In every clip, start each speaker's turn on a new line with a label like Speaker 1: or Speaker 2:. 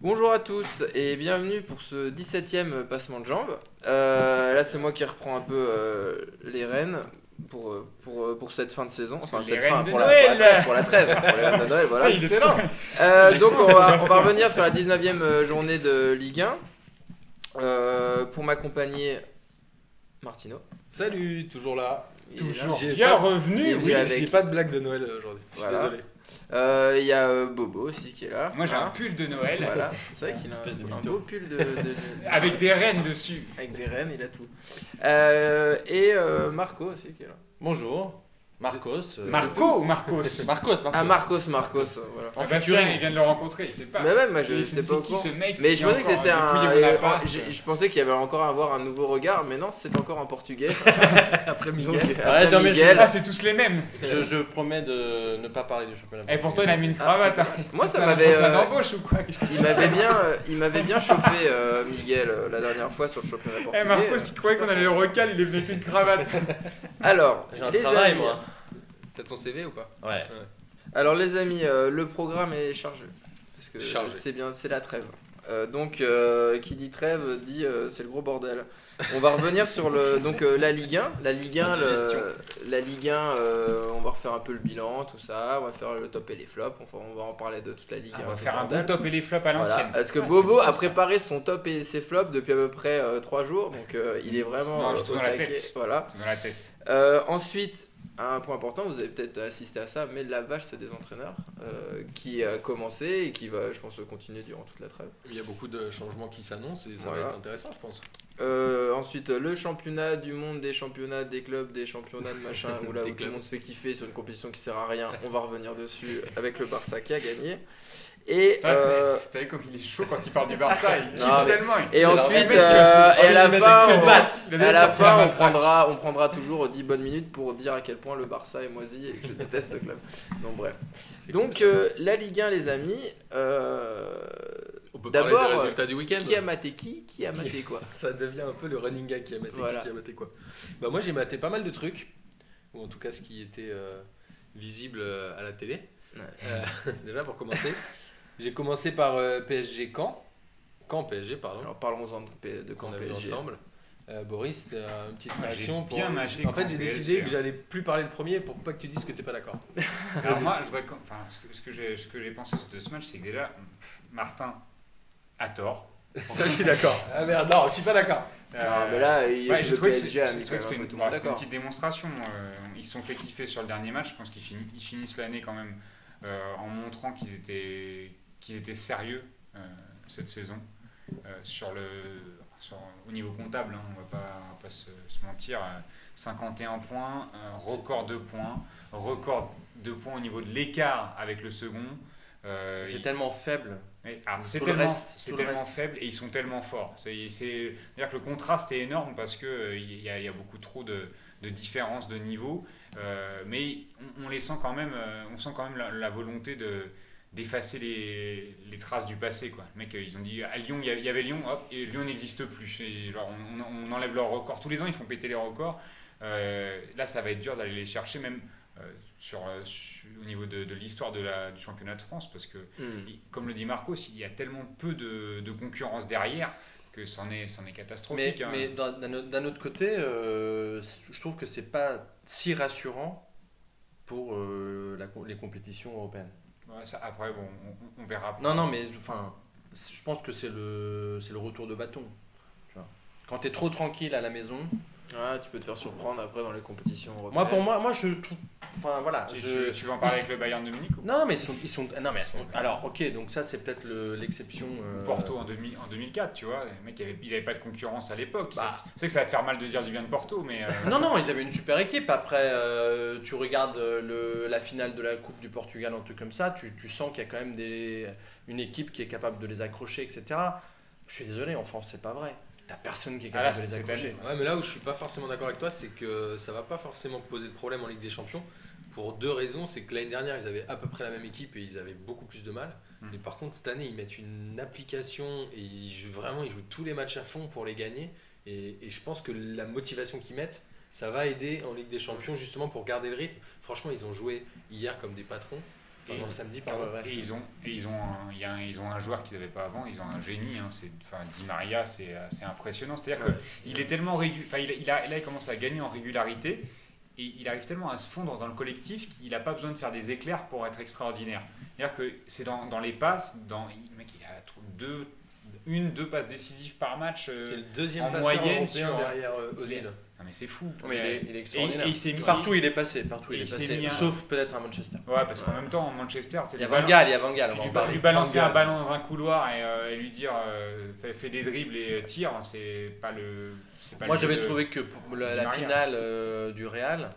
Speaker 1: Bonjour à tous et bienvenue pour ce 17ème passement de jambes. Euh, là, c'est moi qui reprends un peu euh, les rênes pour, euh, pour, euh, pour cette fin de saison. Enfin,
Speaker 2: Les
Speaker 1: cette
Speaker 2: rênes
Speaker 1: fin,
Speaker 2: de
Speaker 1: pour la,
Speaker 2: Noël.
Speaker 1: pour la trêve, pour la trêve, hein, pour les rênes de Noël, voilà,
Speaker 2: Ah, il est
Speaker 1: excellent. Euh,
Speaker 2: Il est
Speaker 1: donc,
Speaker 2: fort,
Speaker 1: on va, on
Speaker 2: Sébastien.
Speaker 1: va revenir sur la 19ème euh, journée de Ligue 1. Euh, pour m'accompagner, Martino.
Speaker 3: Salut, toujours là.
Speaker 1: Il est là.
Speaker 3: Toujours
Speaker 2: J'ai
Speaker 3: bien
Speaker 2: bien
Speaker 3: revenu.
Speaker 2: revenu,
Speaker 1: Et
Speaker 2: oui.
Speaker 1: oui,
Speaker 3: Oui,
Speaker 1: avec-
Speaker 3: j'ai pas de blague de Noël aujourd'hui. Je suis
Speaker 1: Voilà.
Speaker 3: désolé.
Speaker 1: Euh, Il y a euh, Bobo aussi qui est là.
Speaker 2: Moi j'ai
Speaker 1: Hein,
Speaker 2: un pull de Noël
Speaker 1: Voilà, c'est vrai qu'il a
Speaker 4: espèce de
Speaker 1: un, un
Speaker 4: mytho.
Speaker 1: beau pull de- de- de,
Speaker 2: avec des rennes dessus.
Speaker 1: Avec des rennes, il a tout. Euh, et euh, Marco aussi qui est là.
Speaker 4: Bonjour, Marcos. euh,
Speaker 2: Marco ou Marcos
Speaker 4: Marcos, Marcos.
Speaker 1: Ah, Marcos, Marcos, euh, voilà.
Speaker 4: En
Speaker 2: Sébastien, il
Speaker 4: featuring.
Speaker 2: vient de le rencontrer, c'est pas.
Speaker 1: Mais même, moi, je
Speaker 2: C'est-
Speaker 1: sais pas
Speaker 2: C'est qui
Speaker 1: encore.
Speaker 2: ce mec
Speaker 1: Mais
Speaker 2: qui
Speaker 1: je
Speaker 2: vient
Speaker 1: pensais que
Speaker 2: encore hein,
Speaker 1: c'était un.
Speaker 2: dépouiller mon
Speaker 1: euh,
Speaker 2: appart
Speaker 1: j'ai- je pensais qu'il y avait encore à avoir un nouveau regard, mais non, c'est encore en portugais.
Speaker 3: Après
Speaker 1: Donc,
Speaker 3: Miguel.
Speaker 1: après
Speaker 4: non, mais je-
Speaker 1: Miguel.
Speaker 2: Ah, c'est tous les mêmes.
Speaker 4: Je, je promets de ne pas parler du championnat.
Speaker 2: Et pourtant, il a mis une
Speaker 1: Ah,
Speaker 2: cravate. hein.
Speaker 1: Moi,
Speaker 2: C'est
Speaker 1: ça
Speaker 2: un
Speaker 1: m'avait.
Speaker 2: entretien
Speaker 1: euh,
Speaker 2: d'embauche ou quoi
Speaker 1: il m'avait bien, euh, il m'avait bien chauffé, euh, Miguel, euh, la dernière fois sur le championnat portugais.
Speaker 2: Eh, Marcos, il croyait qu'on allait le recal, il est venu avec une cravate.
Speaker 1: Alors,
Speaker 4: J'ai un
Speaker 1: les
Speaker 4: travail,
Speaker 1: amis,
Speaker 4: moi.
Speaker 3: T'as ton CV ou pas
Speaker 4: Ouais.
Speaker 1: Alors les amis, euh, le programme est chargé. Parce que
Speaker 3: Chargé.
Speaker 1: c'est bien, c'est la trêve. Euh, donc euh, qui dit trêve dit euh, c'est le gros bordel. On va revenir sur le donc euh, la Ligue 1, la Ligue 1, le-
Speaker 4: Indigestion.
Speaker 1: la Ligue 1, euh, on va refaire un peu le bilan, tout ça, on va faire le top et les flops, on, va- on va en parler de toute la Ligue 1.
Speaker 2: Ah, On va
Speaker 1: le
Speaker 2: faire un
Speaker 1: bordel.
Speaker 2: bon top et les flops à
Speaker 1: Voilà.
Speaker 2: l'ancienne.
Speaker 1: Parce que
Speaker 2: Ah, c'est
Speaker 1: Bobo
Speaker 2: beau,
Speaker 1: a
Speaker 2: ça.
Speaker 1: préparé son top et ses flops depuis à peu près 3 jours, donc euh, il est vraiment
Speaker 2: Non,
Speaker 1: euh,
Speaker 2: je suis
Speaker 1: au
Speaker 2: dans la
Speaker 1: taquet,
Speaker 2: tête.
Speaker 1: Voilà.
Speaker 2: Dans la tête.
Speaker 1: Euh, ensuite, un point important, vous avez peut-être assisté à ça, mais la vache, c'est des entraîneurs euh, qui a commencé et qui va, je pense, continuer durant toute la trêve.
Speaker 3: Il y a beaucoup de changements qui s'annoncent et ça
Speaker 1: Voilà.
Speaker 3: va être intéressant, je pense.
Speaker 1: Euh, ensuite, le championnat du monde, des championnats, des clubs, des championnats de machin, où là où
Speaker 3: Des
Speaker 1: tout le
Speaker 3: clubs.
Speaker 1: monde se fait kiffer sur une compétition qui sert à rien, on va revenir dessus avec le Barça qui a gagné. Et,
Speaker 2: Putain, Ah, c'est-
Speaker 1: euh,
Speaker 2: c'est- T'as vu comme il est chaud quand il parle du Barça, il
Speaker 1: Non,
Speaker 2: kiffe
Speaker 1: mais-
Speaker 2: tellement. il-
Speaker 1: et
Speaker 2: Le
Speaker 1: ensuite,
Speaker 2: mec, il
Speaker 1: euh,
Speaker 2: a-
Speaker 1: et à la
Speaker 2: il a
Speaker 1: fin,
Speaker 2: des queues de
Speaker 1: on-
Speaker 2: basse. Il a
Speaker 1: à
Speaker 2: déjà
Speaker 1: la
Speaker 2: sorti
Speaker 1: fin, on
Speaker 2: matraque.
Speaker 1: prendra, on prendra toujours 10 bonnes minutes pour dire à quel point le Barça est moisi et que je déteste ce club. Non, bref. Donc, euh, la Ligue 1, les amis, euh,
Speaker 3: On peut
Speaker 1: D'abord,
Speaker 3: parler des résultats du week-end.
Speaker 1: qui a maté qui Qui a maté quoi
Speaker 3: Ça devient un peu le running gag qui a maté, qui,
Speaker 1: Voilà.
Speaker 3: qui a maté quoi. Bah moi j'ai maté pas mal de trucs, ou en tout cas ce qui était euh, visible euh, à la télé.
Speaker 1: Ouais.
Speaker 3: Euh, déjà pour commencer, j'ai commencé par euh, PSG Caen, Caen PSG pardon,
Speaker 1: Alors, parlons-en de, P- de
Speaker 3: qu'on
Speaker 1: camp
Speaker 3: avait
Speaker 1: PSG.
Speaker 3: ensemble. Euh, Boris, t'as une petite
Speaker 2: Moi, j'ai
Speaker 3: réaction pour.
Speaker 2: bien maté
Speaker 3: en fait,
Speaker 2: Caen
Speaker 3: j'ai
Speaker 2: PSG,
Speaker 3: décidé
Speaker 2: hein.
Speaker 3: que j'allais plus parler le premier pour pas que tu dises que t'es pas d'accord.
Speaker 2: Alors moi, je voudrais qu'on- enfin, ce que, ce que j'ai ce que j'ai pensé de ce match, c'est que déjà, pff, Martin a tort.
Speaker 3: Ça, je suis d'accord. Ah merde, non, je suis pas d'accord.
Speaker 1: Ah,
Speaker 2: Euh,
Speaker 1: mais là, il-
Speaker 2: ouais, je
Speaker 1: le
Speaker 2: trouvais que c'est-
Speaker 1: PSG a
Speaker 2: je
Speaker 1: mis
Speaker 2: trouvais
Speaker 1: quand
Speaker 2: que c'était
Speaker 1: même un
Speaker 2: une,
Speaker 1: peu hein, tout le
Speaker 2: bon,
Speaker 1: monde
Speaker 2: c'était une
Speaker 1: d'accord.
Speaker 2: petite démonstration. euh, ils se sont fait kiffer sur le dernier match. Je pense qu'ils fini- ils finissent l'année quand même euh, en montrant qu'ils étaient, qu'ils étaient sérieux euh, cette saison. Euh, sur le, sur- au niveau comptable, hein, on va pas, on va pas se, se mentir. euh, 51 points, euh, record de points, record de points au niveau de l'écart avec le second. Euh,
Speaker 4: C'est
Speaker 2: ils-
Speaker 4: tellement faible.
Speaker 2: mais, ah,
Speaker 4: Tout
Speaker 2: c'est
Speaker 4: le
Speaker 2: tellement,
Speaker 4: reste,
Speaker 2: c'est
Speaker 4: tout le
Speaker 2: tellement
Speaker 4: reste.
Speaker 2: faible et ils sont tellement forts. C'est, c'est- c'est-à-dire que le contraste est énorme parce qu'il y, a- il y a beaucoup trop de, de différences de niveau. Euh, mais on, on les sent quand même, euh, on sent quand même la, la volonté de, d'effacer les, les traces du passé. Quoi. Le mec, euh, ils ont dit à Lyon, il y a- il y avait Lyon, hop, et Lyon n'existe plus. Et genre, on, on- on enlève leurs records. Tous les ans, ils font péter les records. Euh, là, ça va être dur d'aller les chercher, même euh, sur, euh, su- au niveau de, de l'histoire de la, du championnat de France parce que.
Speaker 1: Hmm.
Speaker 2: Et Comme le dit Marcos, il y a tellement peu de, de concurrence derrière que c'en est, c'en est
Speaker 4: Mais,
Speaker 2: catastrophique. hein.
Speaker 4: mais d'un- d'un autre- d'un autre côté, euh, je trouve que c'est pas si rassurant pour euh, la com- les compétitions européennes.
Speaker 2: Ouais, ça, après, bon, on, on verra.
Speaker 4: Non, non, mais enfin, c'est- je pense que c'est le, c'est le retour de bâton. tu vois. Quand t'es trop tranquille à la maison.
Speaker 1: Ouais, Ah, tu peux te faire surprendre après dans les compétitions européennes.
Speaker 4: Moi, pour moi, moi je trouve. Enfin, voilà.
Speaker 2: Tu,
Speaker 4: je-
Speaker 2: tu- tu veux en parler avec le Bayern de Munich ou
Speaker 4: Non, non, mais ils sont. Ils sont non, mais, alors, ok, donc ça, c'est peut-être le- l'exception.
Speaker 2: ou
Speaker 4: euh,
Speaker 2: Porto en, 2000 en 2004, tu vois, les mecs, il y avait- ils n'avaient pas de concurrence à l'époque.
Speaker 4: Bah.
Speaker 2: C'est- Je sais que ça va te faire mal de dire du bien de Porto, mais euh,
Speaker 4: Non, non, ils avaient une super équipe. Après, euh, tu regardes euh, le, la finale de la Coupe du Portugal, un truc comme ça, tu, tu sens qu'il y a quand même des, une équipe qui est capable de les accrocher, etc. Je suis désolé, en France, c'est pas vrai. T'as personne qui est
Speaker 2: Ah là,
Speaker 4: capable de les
Speaker 2: c'est cette
Speaker 4: accrocher.
Speaker 2: année.
Speaker 3: Ouais, mais là où je suis pas forcément d'accord avec toi, c'est que ça va pas forcément poser de problème en Ligue des Champions. Pour deux raisons, c'est que l'année dernière, ils avaient à peu près la même équipe et ils avaient beaucoup plus de mal.
Speaker 2: Mm.
Speaker 3: Mais par contre, cette année, ils mettent une application et ils jouent, vraiment, ils jouent tous les matchs à fond pour les gagner. Et, et je pense que la motivation qu'ils mettent, ça va aider en Ligue des Champions justement pour garder le rythme. Franchement, ils ont joué hier comme des patrons.
Speaker 2: Et-
Speaker 3: Enfin, non, samedi,
Speaker 4: Ah
Speaker 3: pardon.
Speaker 4: ouais, ouais.
Speaker 2: Et ils ont, et ils ont, un, il y a un- ils ont un joueur qu'ils n'avaient pas avant. Ils ont un génie. Hein, c'est, enfin, Di Maria, c'est assez impressionnant. C'est-à-dire
Speaker 3: Ouais.
Speaker 2: qu'il est tellement régulier. Enfin, il, il a, là, il commence à gagner en régularité. Et il arrive tellement à se fondre dans le collectif qu'il n'a pas besoin de faire des éclairs pour être extraordinaire. C'est-à-dire que c'est dans, dans les passes, dans, il- le mec, il a tr- deux, une, deux passes décisives par match. euh,
Speaker 3: C'est le deuxième
Speaker 2: en
Speaker 3: passeur
Speaker 2: moyenne,
Speaker 3: européen
Speaker 2: sur-
Speaker 3: derrière euh,
Speaker 2: il
Speaker 3: Ozil.
Speaker 2: non, mais c'est fou.
Speaker 4: Mais il,
Speaker 2: Ouais.
Speaker 4: est, il
Speaker 2: et,
Speaker 4: est extraordinaire.
Speaker 2: et il s'est mis
Speaker 4: partout il est passé, partout il
Speaker 2: Et
Speaker 4: est
Speaker 2: il s'est
Speaker 4: passé,
Speaker 2: mis un-
Speaker 4: sauf peut-être à Manchester.
Speaker 2: Ouais, parce qu'en même temps, en Manchester, c'est
Speaker 4: Il y a
Speaker 2: le
Speaker 4: Van Gaal, il y a Van Gaal, on
Speaker 2: Tu
Speaker 4: va en
Speaker 2: lui,
Speaker 4: parler.
Speaker 2: lui balancer
Speaker 4: Van
Speaker 2: un
Speaker 4: Gaal.
Speaker 2: ballon dans un couloir et, euh, et lui dire euh, fais, fais des dribbles et euh, tire, c'est pas le. c'est pas
Speaker 4: Moi
Speaker 2: le jeu
Speaker 4: j'avais
Speaker 2: de-
Speaker 4: trouvé que pour la,
Speaker 2: Di
Speaker 4: la
Speaker 2: Maria.
Speaker 4: finale euh, du Real,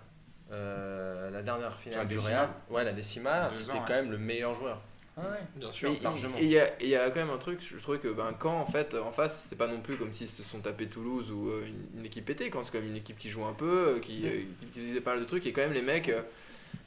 Speaker 4: euh, la dernière finale
Speaker 2: La
Speaker 4: du
Speaker 2: décimale.
Speaker 4: Real, ouais, la décimale,
Speaker 2: Deux
Speaker 4: c'était
Speaker 2: ans, ouais.
Speaker 4: quand même le meilleur joueur.
Speaker 2: Ouais, Ah ouais.
Speaker 4: Ah,
Speaker 3: Bien sûr.
Speaker 1: Et- et-
Speaker 4: largement.
Speaker 1: Et il y, a- et il y a quand même un truc, je trouvais que ben, quand en fait en face, c'est pas non plus comme s'ils se sont tapés Toulouse ou euh, une, une équipe pétée, quand c'est comme une équipe qui joue un peu, euh, qui, euh, qui utilise pas mal de trucs, et quand même les mecs, euh,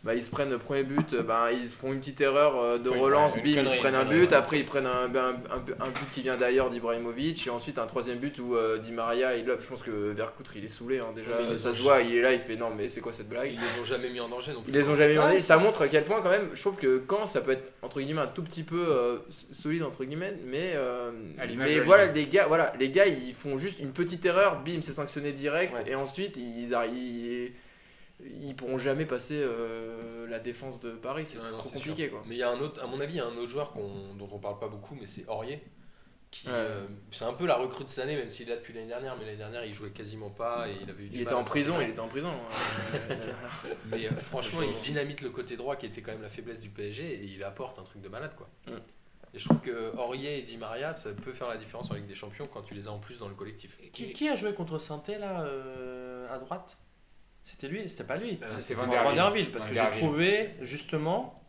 Speaker 1: bah, ils se prennent le premier but, euh, bah, ils font une petite erreur euh, de
Speaker 4: Faut une-
Speaker 1: relance,
Speaker 4: une
Speaker 1: bim, ils
Speaker 4: connerie,
Speaker 1: se prennent
Speaker 4: une
Speaker 1: un
Speaker 4: connerie,
Speaker 1: but,
Speaker 4: ouais.
Speaker 1: après ils prennent un, ben, un- un- un but qui vient d'ailleurs d'Ibrahimovic, et ensuite un troisième but où euh, Di Maria, il, je pense que Vercoutre il est saoulé hein, déjà,
Speaker 3: Mais ils
Speaker 1: ça
Speaker 3: ont
Speaker 1: se voit, il est là, il fait non mais c'est quoi cette blague
Speaker 3: Ils les ont jamais mis en danger non plus.
Speaker 1: ils les ont jamais
Speaker 4: Ouais.
Speaker 1: demandé. Ça montre à quel point, quand même, je trouve que quand ça peut être entre guillemets un tout petit peu euh, s- solide entre guillemets, mais euh,
Speaker 2: À l'image
Speaker 1: mais
Speaker 2: de
Speaker 1: voilà
Speaker 2: Ligue
Speaker 1: les gars, voilà les gars, ils font juste une petite erreur, bim, c'est sanctionné direct,
Speaker 4: Ouais.
Speaker 1: et ensuite ils arrivent. Ils pourront jamais passer euh, la défense de Paris, c'est
Speaker 3: Ouais, non,
Speaker 1: trop
Speaker 3: c'est
Speaker 1: compliqué quoi.
Speaker 3: Mais il y a un autre, à mon avis, il y a un autre joueur qu'on- dont on parle pas beaucoup, mais c'est Aurier. Qui,
Speaker 1: Ouais.
Speaker 3: euh, c'est un peu la recrue de cette année, même s'il l'a depuis l'année dernière, mais l'année dernière il jouait quasiment pas et il avait eu du
Speaker 1: Il était
Speaker 3: mal à
Speaker 1: en prison, il
Speaker 3: s'intégrer.
Speaker 1: était en prison. euh,
Speaker 3: Mais euh, franchement, il dynamite le côté droit qui était quand même la faiblesse du PSG et il apporte un truc de malade quoi.
Speaker 1: Mm.
Speaker 3: Et je trouve que euh, Aurier et Di Maria, ça peut faire la différence en Ligue des Champions quand tu les as en plus dans le collectif.
Speaker 4: Qui, qui a joué contre saint là, euh, à droite C'était lui C'était pas lui.
Speaker 3: Euh,
Speaker 2: C'est
Speaker 3: c'était
Speaker 2: Van
Speaker 4: Van
Speaker 2: Der Wiel.
Speaker 4: Vanderbilt, parce
Speaker 2: Van
Speaker 4: que
Speaker 2: Der
Speaker 4: j'ai
Speaker 2: Wiel.
Speaker 4: trouvé justement,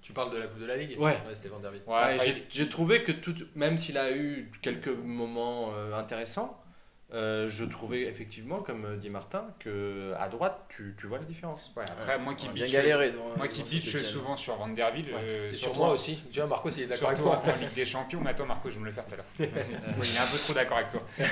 Speaker 3: Tu parles de la Coupe de la Ligue
Speaker 4: Ouais.
Speaker 3: c'était Van der Wiel.
Speaker 2: Ouais,
Speaker 4: ouais,
Speaker 2: enfin,
Speaker 4: Ah, j'ai- j'ai trouvé que tout, même s'il a eu quelques moments euh, intéressants, euh, je trouvais effectivement, comme euh, dit Martin, que à droite tu, tu vois la différence.
Speaker 2: ouais, après, moi qui
Speaker 1: on a bien
Speaker 2: bitch,
Speaker 1: galéré. euh, devant-
Speaker 2: moi qui
Speaker 1: devant
Speaker 2: bitch
Speaker 1: Saint-Étienne.
Speaker 2: souvent sur Vanderbilt,
Speaker 4: Ouais.
Speaker 2: euh,
Speaker 3: Et
Speaker 2: sur
Speaker 3: sur
Speaker 2: toi,
Speaker 3: moi aussi. Tu vois, Marco, s'il est d'accord avec
Speaker 2: Surtout
Speaker 3: moi.
Speaker 2: en Ligue des Champions. Mais attends, Marco, je vais me le faire tout à l'heure. Euh, Moi, il est un peu trop d'accord avec toi. Euh,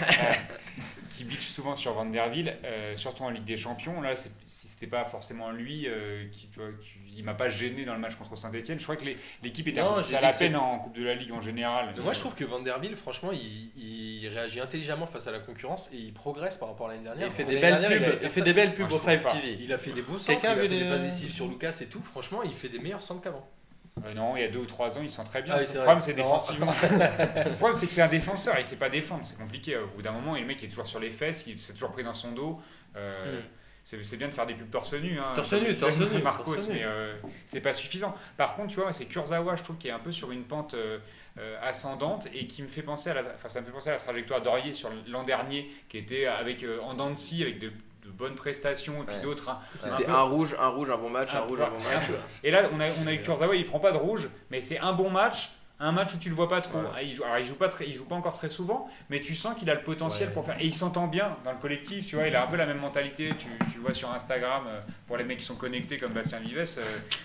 Speaker 2: qui bitch souvent sur Van Der Wiel, euh, surtout en Ligue des Champions. Là, c'est- si c'était pas forcément lui, euh, qui, tu vois, qui- il m'a pas gêné dans le match contre Saint-Etienne. Je crois que les- l'équipe était
Speaker 4: Non,
Speaker 2: un peu
Speaker 4: j'ai
Speaker 2: plus à
Speaker 4: dit
Speaker 2: la
Speaker 4: que c'est-
Speaker 2: peine en Coupe de la Ligue en général.
Speaker 3: Mais moi, je trouve que Van der Wiel, franchement, il, il réagit intelligemment face à la concurrence et il progresse par rapport à l'année dernière.
Speaker 4: il fait
Speaker 3: L'année
Speaker 4: des belles
Speaker 3: dernière, il
Speaker 4: pubs,
Speaker 3: avait
Speaker 4: il fait
Speaker 3: personne.
Speaker 4: des belles
Speaker 2: Moi,
Speaker 4: pubs
Speaker 2: je
Speaker 4: au
Speaker 2: trouve
Speaker 4: 5
Speaker 2: pas.
Speaker 4: TV.
Speaker 3: Il a fait des beaux centres, il
Speaker 4: Quelqu'un
Speaker 3: a
Speaker 4: a
Speaker 3: fait
Speaker 4: vu
Speaker 3: des
Speaker 4: les-
Speaker 3: passes décisives sur Lucas et tout. Franchement, il fait des meilleurs centres qu'avant.
Speaker 2: Euh, non, il y a deux ou trois ans, il sent très bien.
Speaker 3: Ah oui,
Speaker 2: Son
Speaker 3: c'est
Speaker 2: problème,
Speaker 3: vrai.
Speaker 2: c'est
Speaker 3: Non.
Speaker 2: défensivement. Son problème, c'est que c'est un défenseur. Il sait pas défendre. C'est compliqué. Au bout d'un moment, et le mec il est toujours sur les fesses. Il s'est toujours pris dans son dos. Euh,
Speaker 1: Mm.
Speaker 2: c'est- C'est bien de faire des pubs torse nu. Hein,
Speaker 4: Torse
Speaker 2: comme
Speaker 4: nu,
Speaker 2: le disait
Speaker 4: torse nu,
Speaker 2: Marcos,
Speaker 4: torse nu.
Speaker 2: mais euh, c'est pas suffisant. Par contre, tu vois, c'est Kurzawa, je trouve, qui est un peu sur une pente euh, euh, ascendante et qui me fait penser à la, enfin, ça me fait penser à la trajectoire d'Aurier sur l'an dernier, qui était avec euh, en dents de scie, avec de, de bonnes prestations et puis
Speaker 4: Ouais.
Speaker 2: d'autres. hein, un
Speaker 1: C'était
Speaker 2: peu-
Speaker 1: un rouge, un rouge, un bon match,
Speaker 2: un
Speaker 1: un rouge,
Speaker 2: point.
Speaker 1: un bon match.
Speaker 2: et là, on a, on a eu Kurzawa, il prend pas de rouge, mais c'est un bon match, un match où tu le vois pas trop. Ah, Il joue, alors, il joue pas très, il joue pas encore très souvent, mais tu sens qu'il a le potentiel
Speaker 3: Ouais.
Speaker 2: pour faire. Et il s'entend bien dans le collectif, tu vois. Il a un peu la même mentalité. Tu, tu le vois sur Instagram euh, pour les mecs qui sont connectés comme Bastien Vives. euh,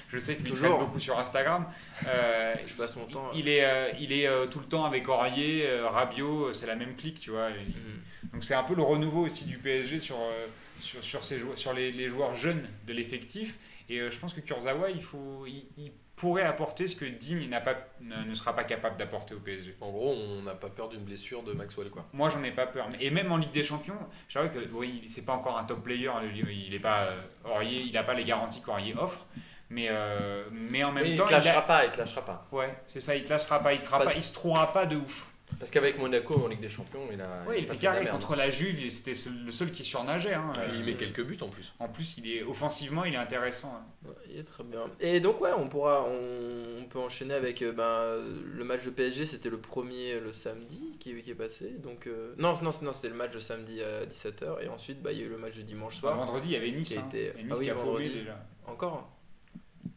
Speaker 2: je sais que tu
Speaker 1: Toujours.
Speaker 2: traînes beaucoup sur Instagram. Euh,
Speaker 1: Je passe mon temps.
Speaker 2: il est, euh, il est euh, tout le temps avec Aurier, euh, Rabiot, euh, c'est la même clique, tu vois. Et-
Speaker 1: Mhm.
Speaker 2: donc c'est un peu le renouveau aussi du PSG sur, euh, sur, sur, ces jou- sur les, les joueurs jeunes de l'effectif. Et euh, je pense que Kurzawa, il, faut, il, il pourrait apporter ce que Digne n'a pas, ne ne sera pas capable d'apporter au PSG.
Speaker 3: En gros, on n'a pas peur d'une blessure de Maxwell, quoi.
Speaker 2: Moi, j'en ai pas peur. Et même en Ligue des Champions, j'avoue que oui, c'est pas encore un top player. hein, le- Il est pas euh, Aurier, il n'a pas les garanties qu'Aurier offre. Mais, euh, mais en même
Speaker 4: Mais il
Speaker 2: temps,
Speaker 4: ne
Speaker 2: il a-
Speaker 4: lâchera pas, il te lâchera pas.
Speaker 2: ouais, c'est ça, il te lâchera pas, il te fera
Speaker 4: Pas-
Speaker 2: pas, il se trouvera pas de ouf.
Speaker 4: Parce qu'avec Monaco en Ligue des Champions, il a.
Speaker 2: Ouais,
Speaker 4: a
Speaker 2: il était
Speaker 4: pas fait de la
Speaker 2: carré
Speaker 4: merde.
Speaker 2: contre la Juve, et c'était seul- le seul qui surnageait. hein.
Speaker 3: Puis, il
Speaker 2: Euh,
Speaker 3: met quelques buts en plus.
Speaker 2: En plus, il est offensivement, il est intéressant. hein.
Speaker 1: Ouais, Il est très bien. Et donc ouais, on pourra, on, on peut enchaîner avec euh, ben, euh, le match de PSG. C'était le premier euh, le samedi qui, qui est passé. Donc euh, non, non, c'est- non, c'était le match de samedi à 17h et ensuite bah, il y a eu le match de dimanche
Speaker 2: Enfin,
Speaker 1: soir.
Speaker 2: vendredi, il y avait Nice.
Speaker 1: Qui
Speaker 2: hein.
Speaker 1: était-
Speaker 2: Et Nice
Speaker 1: ah oui,
Speaker 2: qui a paumé
Speaker 1: vendredi.
Speaker 2: déjà.
Speaker 1: Encore. hein.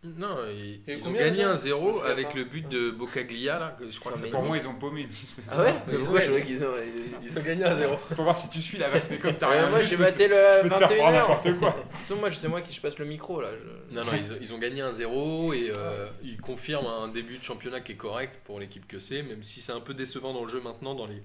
Speaker 3: Non, ils,
Speaker 4: Et
Speaker 3: ils ont
Speaker 4: combien,
Speaker 3: gagné 1-0
Speaker 4: déjà Parce qu'il y a
Speaker 3: avec
Speaker 4: pas-
Speaker 3: le but de Bocaglia, là. que je crois que
Speaker 1: Putain,
Speaker 3: ça
Speaker 1: mais
Speaker 2: Pour
Speaker 1: Nice.
Speaker 2: moi, ils ont paumé Nice.
Speaker 1: Ah ouais. Mais
Speaker 3: Mais
Speaker 1: pourquoi
Speaker 3: ouais.
Speaker 1: je voyais qu'ils ont. ils-
Speaker 3: Ils ont gagné 1-0.
Speaker 2: C'est pour voir si tu suis la vaste, mais comme t'as
Speaker 1: Ouais,
Speaker 2: rien
Speaker 1: moi
Speaker 2: vu,
Speaker 1: j'ai
Speaker 2: je peux te-
Speaker 1: maté le
Speaker 2: je peux te faire prendre
Speaker 1: 21h.
Speaker 2: n'importe quoi.
Speaker 1: Sinon moi je- c'est moi qui je passe le micro là. je-
Speaker 3: Non, non, ils, ils ont gagné 1-0 et euh, ils confirment un début de championnat qui est correct pour l'équipe que c'est, même si c'est un peu décevant dans le jeu maintenant, dans les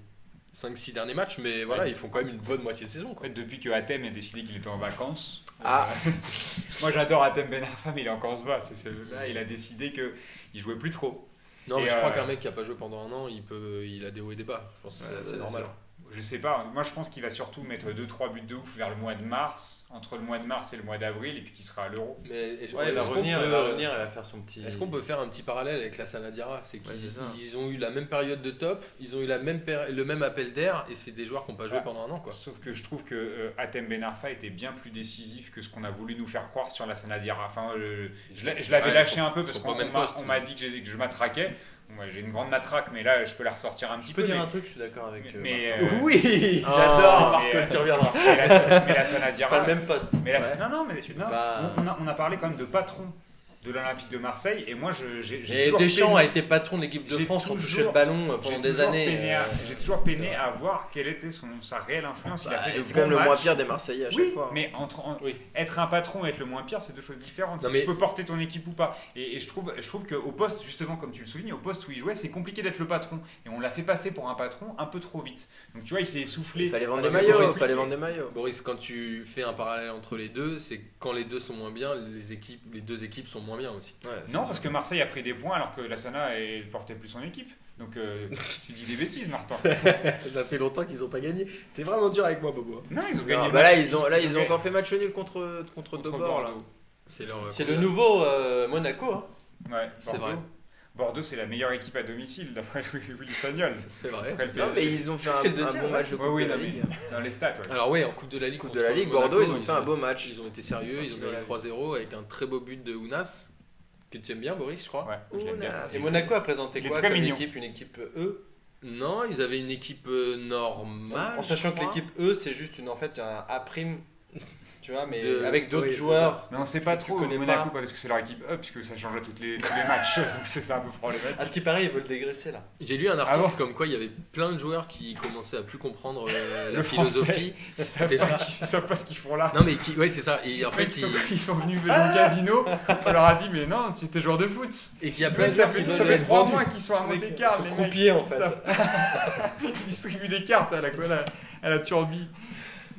Speaker 3: 5-6 derniers matchs, mais voilà,
Speaker 2: Ouais.
Speaker 3: ils font quand même une bonne moitié de saison.
Speaker 2: En
Speaker 3: Quoi.
Speaker 2: fait, depuis que Atem a décidé qu'il était en vacances,
Speaker 1: Ah.
Speaker 2: euh, c'est- moi j'adore Atem Ben Arfa, mais il est encore se bas. C'est- c'est- Là, il a décidé que il jouait plus trop.
Speaker 3: Non,
Speaker 2: Et
Speaker 3: mais je crois
Speaker 2: euh,
Speaker 3: qu'un mec qui a pas joué pendant un an, il, peut, il a des hauts et des bas. Je pense que
Speaker 1: Ouais,
Speaker 3: c'est assez
Speaker 1: c'est
Speaker 3: normal.
Speaker 1: sûr.
Speaker 2: Je sais pas, moi je pense qu'il va surtout mettre 2-3 buts de ouf vers le mois de mars, entre le mois de mars et le mois d'avril, et puis qu'il sera à l'euro.
Speaker 3: Mais est-ce
Speaker 4: Ouais, il va
Speaker 3: qu'on
Speaker 4: revenir,
Speaker 3: peut-
Speaker 4: il va revenir, il va faire son petit.
Speaker 3: Est-ce qu'on peut faire un petit parallèle avec la Sanadiara C'est qu'ils
Speaker 1: Ouais, c'est ça.
Speaker 3: ils ont eu la même période de top, ils ont eu la même péri- le même appel d'air, et c'est des joueurs qui n'ont pas joué
Speaker 2: Ouais.
Speaker 3: pendant un an. Quoi.
Speaker 2: Sauf que je trouve que euh, Atem Ben Arfa était bien plus décisif que ce qu'on a voulu nous faire croire sur la Sanadiara. Enfin, euh, je l'a- je l'avais
Speaker 3: Ouais, ils
Speaker 2: lâché
Speaker 3: sont-
Speaker 2: un peu
Speaker 3: ils
Speaker 2: parce
Speaker 3: sont
Speaker 2: qu'on
Speaker 3: pas au même
Speaker 2: on m'a-
Speaker 3: poste,
Speaker 2: on m'a
Speaker 3: mais-
Speaker 2: dit que, j'ai- que je m'attraquais. Moi, j'ai une grande matraque, mais là je peux la ressortir un petit
Speaker 4: Je peux
Speaker 2: peu.
Speaker 4: dire
Speaker 2: mais-
Speaker 4: un truc, je suis d'accord avec. euh,
Speaker 2: mais,
Speaker 4: Martin.
Speaker 2: euh,
Speaker 4: Oui,
Speaker 1: Ah,
Speaker 4: j'adore
Speaker 2: mais,
Speaker 4: Marcos,
Speaker 2: euh,
Speaker 4: tu reviendras.
Speaker 2: mais la, mais la
Speaker 4: C'est
Speaker 2: Sanadiara-
Speaker 4: pas le même poste.
Speaker 2: Mais la-
Speaker 1: Ouais.
Speaker 2: Non, non, mais non,
Speaker 4: pas-
Speaker 2: on, on a, on a parlé quand même de patron de l'Olympique de Marseille, et moi je- j'ai j'ai
Speaker 4: Et
Speaker 2: toujours
Speaker 4: Deschamps
Speaker 2: peiné-
Speaker 4: a été patron de l'équipe de
Speaker 2: J'ai
Speaker 4: France, on
Speaker 2: toujours-
Speaker 4: touchait le ballon euh,
Speaker 2: j'ai
Speaker 4: pendant des
Speaker 2: toujours
Speaker 4: années.
Speaker 2: peiné à-
Speaker 4: euh,
Speaker 2: J'ai toujours peiné à voir quelle était son, sa réelle influence. Il
Speaker 1: Bah,
Speaker 2: a fait des
Speaker 1: c'est
Speaker 2: bons
Speaker 1: quand même le moins
Speaker 2: matchs.
Speaker 1: pire des Marseillais à chaque
Speaker 2: Oui,
Speaker 1: fois. hein.
Speaker 2: mais entre, en-
Speaker 4: Oui.
Speaker 2: être un patron et être le moins pire, c'est deux choses différentes.
Speaker 3: Non,
Speaker 2: si
Speaker 3: mais-
Speaker 2: tu peux porter ton équipe ou pas. Et, et je trouve, je trouve qu'au poste, justement, comme tu le soulignes, au poste où il jouait, c'est compliqué d'être le patron. Et on l'a fait passer pour un patron un peu trop vite. Donc tu vois, il s'est essoufflé.
Speaker 1: Il fallait vendre
Speaker 2: Parce
Speaker 1: des
Speaker 2: que ça
Speaker 1: maillots,
Speaker 2: aurait
Speaker 1: il
Speaker 2: pu-
Speaker 1: fallait vendre des maillots.
Speaker 3: Boris, quand tu fais un parallèle entre les deux, c'est quand les deux sont moins bien, les, équipes, les deux équipes sont moins bien aussi.
Speaker 1: Ouais,
Speaker 2: Non, parce que Marseille a pris des points alors que la Sana elle portait plus son équipe. Donc euh, tu dis des bêtises, Martin.
Speaker 3: Ça fait longtemps qu'ils n'ont pas gagné. T'es vraiment dur avec moi, Bobo.
Speaker 2: Non, ils ont
Speaker 1: Non,
Speaker 2: gagné. le
Speaker 1: bah
Speaker 2: match.
Speaker 1: là, ils ont, là, ils ont
Speaker 2: gagné
Speaker 1: encore fait match nul contre, contre,
Speaker 2: contre
Speaker 1: Dobor. Là.
Speaker 2: Bordeaux.
Speaker 3: C'est leur-
Speaker 4: C'est le nouveau euh, Monaco. hein.
Speaker 2: Ouais,
Speaker 3: C'est
Speaker 2: Bordeaux.
Speaker 3: vrai.
Speaker 2: Bordeaux, c'est la meilleure équipe à domicile, d'après Louis- Willy Sagnol.
Speaker 3: C'est vrai.
Speaker 2: Après le
Speaker 1: Non,
Speaker 2: PSG.
Speaker 1: mais ils ont fait
Speaker 4: Je crois que c'est le
Speaker 1: un, un
Speaker 4: deuxième,
Speaker 1: bon match
Speaker 4: ouais.
Speaker 1: de
Speaker 2: Ouais,
Speaker 1: Coupe
Speaker 2: oui,
Speaker 1: de la
Speaker 2: non, mais-
Speaker 1: Ligue.
Speaker 2: Dans les stats, ouais.
Speaker 3: Alors, ouais, en Coupe de la Ligue,
Speaker 1: Coupe de
Speaker 3: contre
Speaker 1: la Ligue,
Speaker 3: Monaco,
Speaker 1: Bordeaux, ils ont fait un beau match.
Speaker 3: Ils ont été sérieux, ils ont
Speaker 1: Contre
Speaker 3: gagné
Speaker 1: la-
Speaker 3: 3-0 avec un très beau but de Ounas, que tu aimes bien, Boris, je crois.
Speaker 2: Ouais, je l'aime bien.
Speaker 1: Ounas.
Speaker 4: Et Monaco a présenté
Speaker 2: Il est
Speaker 4: quoi
Speaker 2: très
Speaker 4: comme
Speaker 2: mignon.
Speaker 4: équipe Une équipe E
Speaker 3: Non, ils avaient une équipe euh, normale.
Speaker 4: En sachant
Speaker 3: je
Speaker 4: que
Speaker 3: crois.
Speaker 4: l'équipe E, c'est juste une, en fait un A prime, tu vois, mais
Speaker 3: De-
Speaker 4: avec d'autres
Speaker 3: oui, c'est
Speaker 4: joueurs.
Speaker 2: Mais on sait pas
Speaker 4: Tu
Speaker 2: trop
Speaker 4: connais
Speaker 2: Monaco
Speaker 4: pas.
Speaker 2: quoi, parce que c'est leur équipe up, puisque ça change à toutes les, tous les matchs, donc c'est ça un peu
Speaker 4: À ce
Speaker 2: problématique.
Speaker 4: qui paraît, ils veulent dégraisser là.
Speaker 3: J'ai lu un article
Speaker 2: Ah bon
Speaker 3: comme quoi il y avait plein de joueurs qui commençaient à plus comprendre euh, la
Speaker 2: Le français.
Speaker 3: philosophie.
Speaker 2: Ils savent
Speaker 3: T'es
Speaker 2: pas,
Speaker 3: pas-
Speaker 2: ils savent pas ce qu'ils font là.
Speaker 3: Non mais qui, ouais c'est ça. Et en fait,
Speaker 2: ils sont,
Speaker 3: il-
Speaker 2: ils sont venus dans le casino, on leur a dit mais non, tu étais joueur de foot.
Speaker 3: et qu'il y a
Speaker 2: Mais
Speaker 3: plein de
Speaker 2: ça
Speaker 3: joueurs qui
Speaker 2: fait,
Speaker 3: veulent
Speaker 2: ça fait
Speaker 3: être
Speaker 2: trois
Speaker 3: vendus.
Speaker 2: mois qu'ils sont à Monte
Speaker 4: Ils
Speaker 2: Carlo,
Speaker 4: sont
Speaker 2: les mecs.
Speaker 4: croupiers, en
Speaker 2: Ils
Speaker 4: fait.
Speaker 2: savent pas. Ils distribuent des cartes à la, à la, à la turbie.